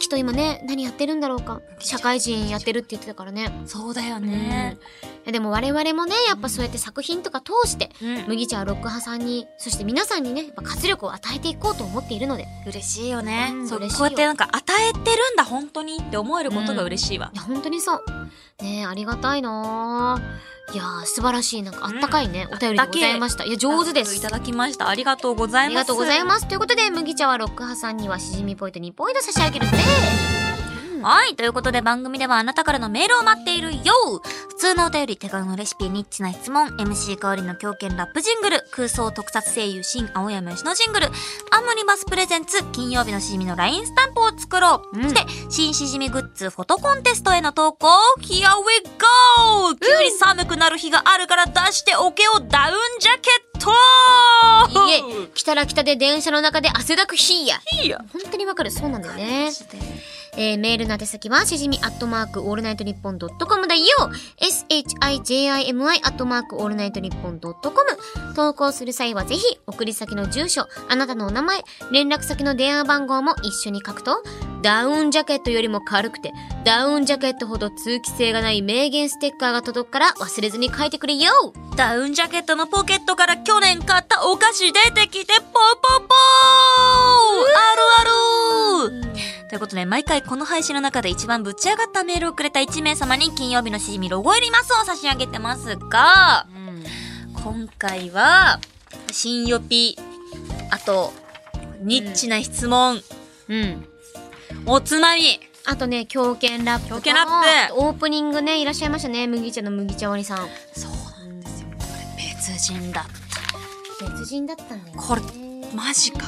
[SPEAKER 2] きっと今ね、何やってるんだろうか。社会人やってるって言ってたからね。
[SPEAKER 3] そうだよ
[SPEAKER 2] ねえでも我々もね、やっぱそうやって作品とか通して、
[SPEAKER 3] うん
[SPEAKER 2] 麦茶はロック派さんに、そして皆さんにね、やっぱ活力を与えていこうと思っているので。い
[SPEAKER 3] 嬉しいよね
[SPEAKER 2] うん
[SPEAKER 3] そう
[SPEAKER 2] 嬉しい
[SPEAKER 3] こ
[SPEAKER 2] よ
[SPEAKER 3] うやってなんか与えてるんだ本当にって思えることが嬉しいわ
[SPEAKER 2] や、本当にそう。ねえ、ありがたいないやー、素晴らしい、なんかあったかいね、お便りでございました。いや、上手で
[SPEAKER 3] い
[SPEAKER 2] す
[SPEAKER 3] た。だきました。ありがとうござ
[SPEAKER 2] あ
[SPEAKER 3] い
[SPEAKER 2] り
[SPEAKER 3] ます。
[SPEAKER 2] がとうございます。ということで、麦茶はロック派さんにはしじみポイント2ポイント差し上げる ぜ。
[SPEAKER 3] はい。ということで番組ではあなたからのメールを待っているよ普通のお便り、手軽のレシピ、ニッチな質問、MC 香りの狂犬ラップジングル、空想特撮声優新青山吉野ジングル、アムニバスプレゼンツ、金曜日のしじみの LINE スタンプを作ろう。
[SPEAKER 2] うん
[SPEAKER 3] そして、新しじみグッズ、フォトコンテストへの投稿、Here we go! 急に寒くなる日があるから出しておけをダウンジャケット
[SPEAKER 2] いえ、来たら来たで電車の中で汗だくひーや。
[SPEAKER 3] いいや。
[SPEAKER 2] 本当にわかる。そうなんだよね。えーメールの宛先は、しじみアットマークオールナイトニッポンドットコムだよ !shijimi アットマークオールナイトニッポンドットコム投稿する際はぜひ、送り先の住所、あなたのお名前、連絡先の電話番号も一緒に書くと、ダウンジャケットよりも軽くて、ダウンジャケットほど通気性がない名言ステッカーが届くから忘れずに書いてくれよ
[SPEAKER 3] ダウンジャケットのポケットから去年買ったお菓子出てきて、ポーポーポーあるあるということで、毎回この配信の中で一番ぶち上がったメールをくれた1名様に金曜日のしじみロゴ入りますを差し上げてますが、今回は、新予備、あと、ニッチな質問、
[SPEAKER 2] うん。
[SPEAKER 3] おつまみ、
[SPEAKER 2] あとね、狂犬ラップと。
[SPEAKER 3] 狂犬ラップ
[SPEAKER 2] オープニングね、いらっしゃいましたね。麦茶の麦茶割りさん。
[SPEAKER 3] そうなんですよ。これ別人だった。
[SPEAKER 2] 別人だったんだよね。
[SPEAKER 3] これ、マジか。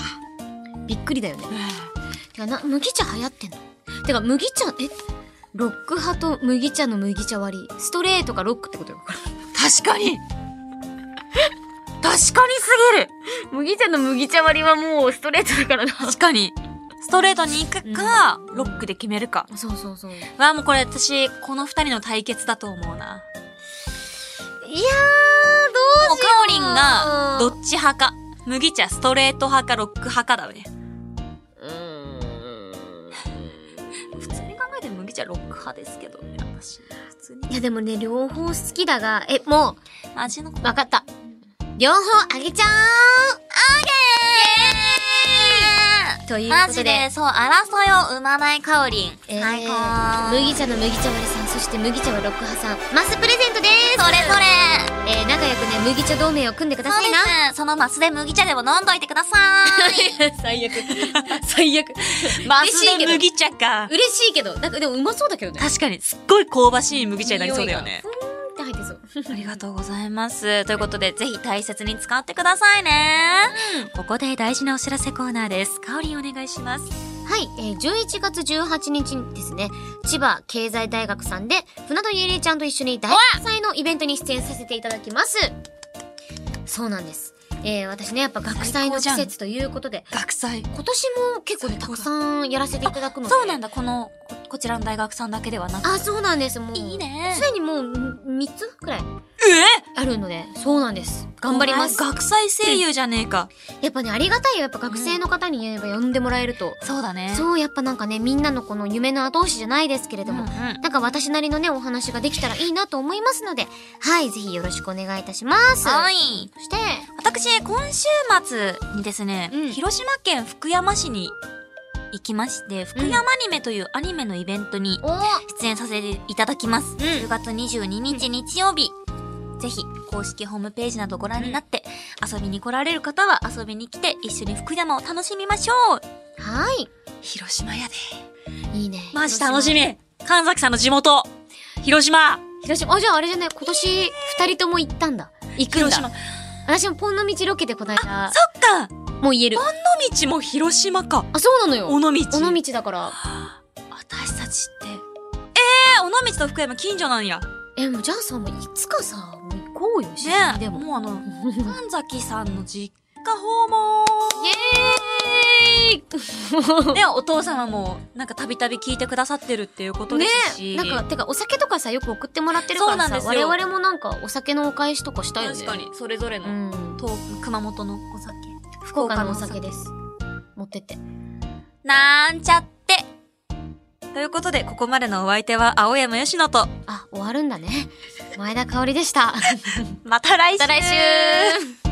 [SPEAKER 2] びっくりだよね。てかな、麦茶流行ってんのてか、麦茶、え、ロック派と麦茶の麦茶割り。ストレートかロックってことよ。これ
[SPEAKER 3] 確かに確かにすぎる
[SPEAKER 2] 麦茶の麦茶割りはもうストレートだからな。
[SPEAKER 3] 確かにストレートに行くか、ロックで決めるか。
[SPEAKER 2] そうそうそう。いや
[SPEAKER 3] わあ、もうこれ私、この二人の対決だと思うな。
[SPEAKER 2] ー、どうしよう。
[SPEAKER 3] もう、カオリンが、どっち派か。麦茶、ストレート派か、ロック派かだよね。
[SPEAKER 2] うーん
[SPEAKER 3] 普通に考えて麦茶、ロック派ですけどね、私。普通に。
[SPEAKER 2] いや、でもね、両方好きだが、え、もう、
[SPEAKER 3] 味の、
[SPEAKER 2] わかった。両方あげちゃおうあげという
[SPEAKER 7] マ
[SPEAKER 2] こ
[SPEAKER 7] ジ
[SPEAKER 2] とで
[SPEAKER 7] で、、そう、争いを生まないカオリン。
[SPEAKER 2] えー
[SPEAKER 7] 最高。
[SPEAKER 2] 麦茶の麦茶割りさん、そして麦茶はロック派さん、マスプレゼントです
[SPEAKER 7] それそれ。
[SPEAKER 2] えー、仲良くね、麦茶同盟を組んでくだ
[SPEAKER 7] そ
[SPEAKER 2] さ
[SPEAKER 7] う
[SPEAKER 2] いな。
[SPEAKER 7] です。そのマスで麦茶でも飲んどいてください。
[SPEAKER 2] 最悪。最悪。
[SPEAKER 3] マ
[SPEAKER 2] 嬉しい
[SPEAKER 3] ス
[SPEAKER 2] け
[SPEAKER 3] で
[SPEAKER 2] ど。
[SPEAKER 3] 麦茶か。
[SPEAKER 2] 嬉しいけど、なんかでもうまそうだけどね。
[SPEAKER 3] 確かに、すっごい香ばしい麦茶になりそうだよね
[SPEAKER 2] 匂。いがふーんって入ってそう。
[SPEAKER 3] ありがとうございます。ということで、ぜひ大切に使ってくださいね。ここで大事なお知らせコーナーです。かおりんお願いします。
[SPEAKER 2] はい、えー、11月18日にですね、千葉経済大学さんで、船戸ゆりえちゃんと一緒に大学祭のイベントに出演させていただきます。そうなんです。えー、私ね、やっぱ学祭の季節ということで、
[SPEAKER 3] 学祭。
[SPEAKER 2] 今年も結構ね、
[SPEAKER 3] 最
[SPEAKER 2] た
[SPEAKER 3] 高
[SPEAKER 2] く
[SPEAKER 3] だ
[SPEAKER 2] さんやらせていただくので。
[SPEAKER 3] そうなん
[SPEAKER 2] だ。
[SPEAKER 3] だ、この、ここちらの大学さんだけではなく。
[SPEAKER 2] あ、そうなんです。もう、
[SPEAKER 3] いいね
[SPEAKER 2] すでにもう3つくらい
[SPEAKER 3] え
[SPEAKER 2] あるので、そうなんです。頑張ります。
[SPEAKER 3] 学祭声優じゃねえか。
[SPEAKER 2] やっぱね、ありがたいよ。やっぱ学生の方に言えば呼んでもらえると。
[SPEAKER 3] そうだね。
[SPEAKER 2] そう、やっぱなんかね、みんなのこの夢の後押しじゃないですけれども、
[SPEAKER 3] うんうん
[SPEAKER 2] なんか私なりのね、お話ができたらいいなと思いますので、はい、ぜひよろしくお願いいたします。
[SPEAKER 3] はい。
[SPEAKER 2] そして、
[SPEAKER 3] 私、今週末にですね、
[SPEAKER 2] うん
[SPEAKER 3] 広島県福山市に行きまして、福山アニメというアニメのイベントに
[SPEAKER 2] お
[SPEAKER 3] 出演させていただきます。10月22日日曜日。ぜひ、公式ホームページなどご覧になって、遊びに来られる方は遊びに来て、一緒に福山を楽しみましょう
[SPEAKER 2] はい。
[SPEAKER 3] 広島やで。
[SPEAKER 2] いいね。
[SPEAKER 3] マジ楽しみ神崎さんの地元広島
[SPEAKER 2] 広島、あ、じゃああれじゃない、今年二人とも行ったんだ。行くん
[SPEAKER 3] 広
[SPEAKER 2] だ
[SPEAKER 3] 島。
[SPEAKER 2] 私もポンの道ロケでこないだ、
[SPEAKER 3] そっか
[SPEAKER 2] もう言える。
[SPEAKER 3] 尾道も広島か
[SPEAKER 2] あ、そうなのよ。
[SPEAKER 3] 尾道
[SPEAKER 2] 尾道だから。
[SPEAKER 3] 私たちってえー、尾道と福山近所なんや
[SPEAKER 2] え、もうじゃあさ、もういつかさ、もう行こうよ、し
[SPEAKER 3] ね
[SPEAKER 2] で
[SPEAKER 3] で
[SPEAKER 2] も。
[SPEAKER 3] も
[SPEAKER 2] イ
[SPEAKER 3] うあの神崎さんの実家訪問
[SPEAKER 2] エーイ
[SPEAKER 3] でお父様もなんかたびたび聞いてくださってるっていうこと
[SPEAKER 2] ね
[SPEAKER 3] ですし、
[SPEAKER 2] なんかてかお酒とかさよく送ってもらってるか
[SPEAKER 3] そうな
[SPEAKER 2] ら
[SPEAKER 3] ん
[SPEAKER 2] さ
[SPEAKER 3] です
[SPEAKER 2] 我
[SPEAKER 3] よ
[SPEAKER 2] 々もなんかお酒のお返しとかしたいよね
[SPEAKER 3] 確かにそれぞれの、
[SPEAKER 2] うん
[SPEAKER 3] 東熊本のお酒
[SPEAKER 2] 福岡のお酒です持ってって
[SPEAKER 3] なんちゃってということでここまでのお相手は青山佳乃と
[SPEAKER 2] あ終わるんだね前田香織でした
[SPEAKER 3] また来週
[SPEAKER 2] また来週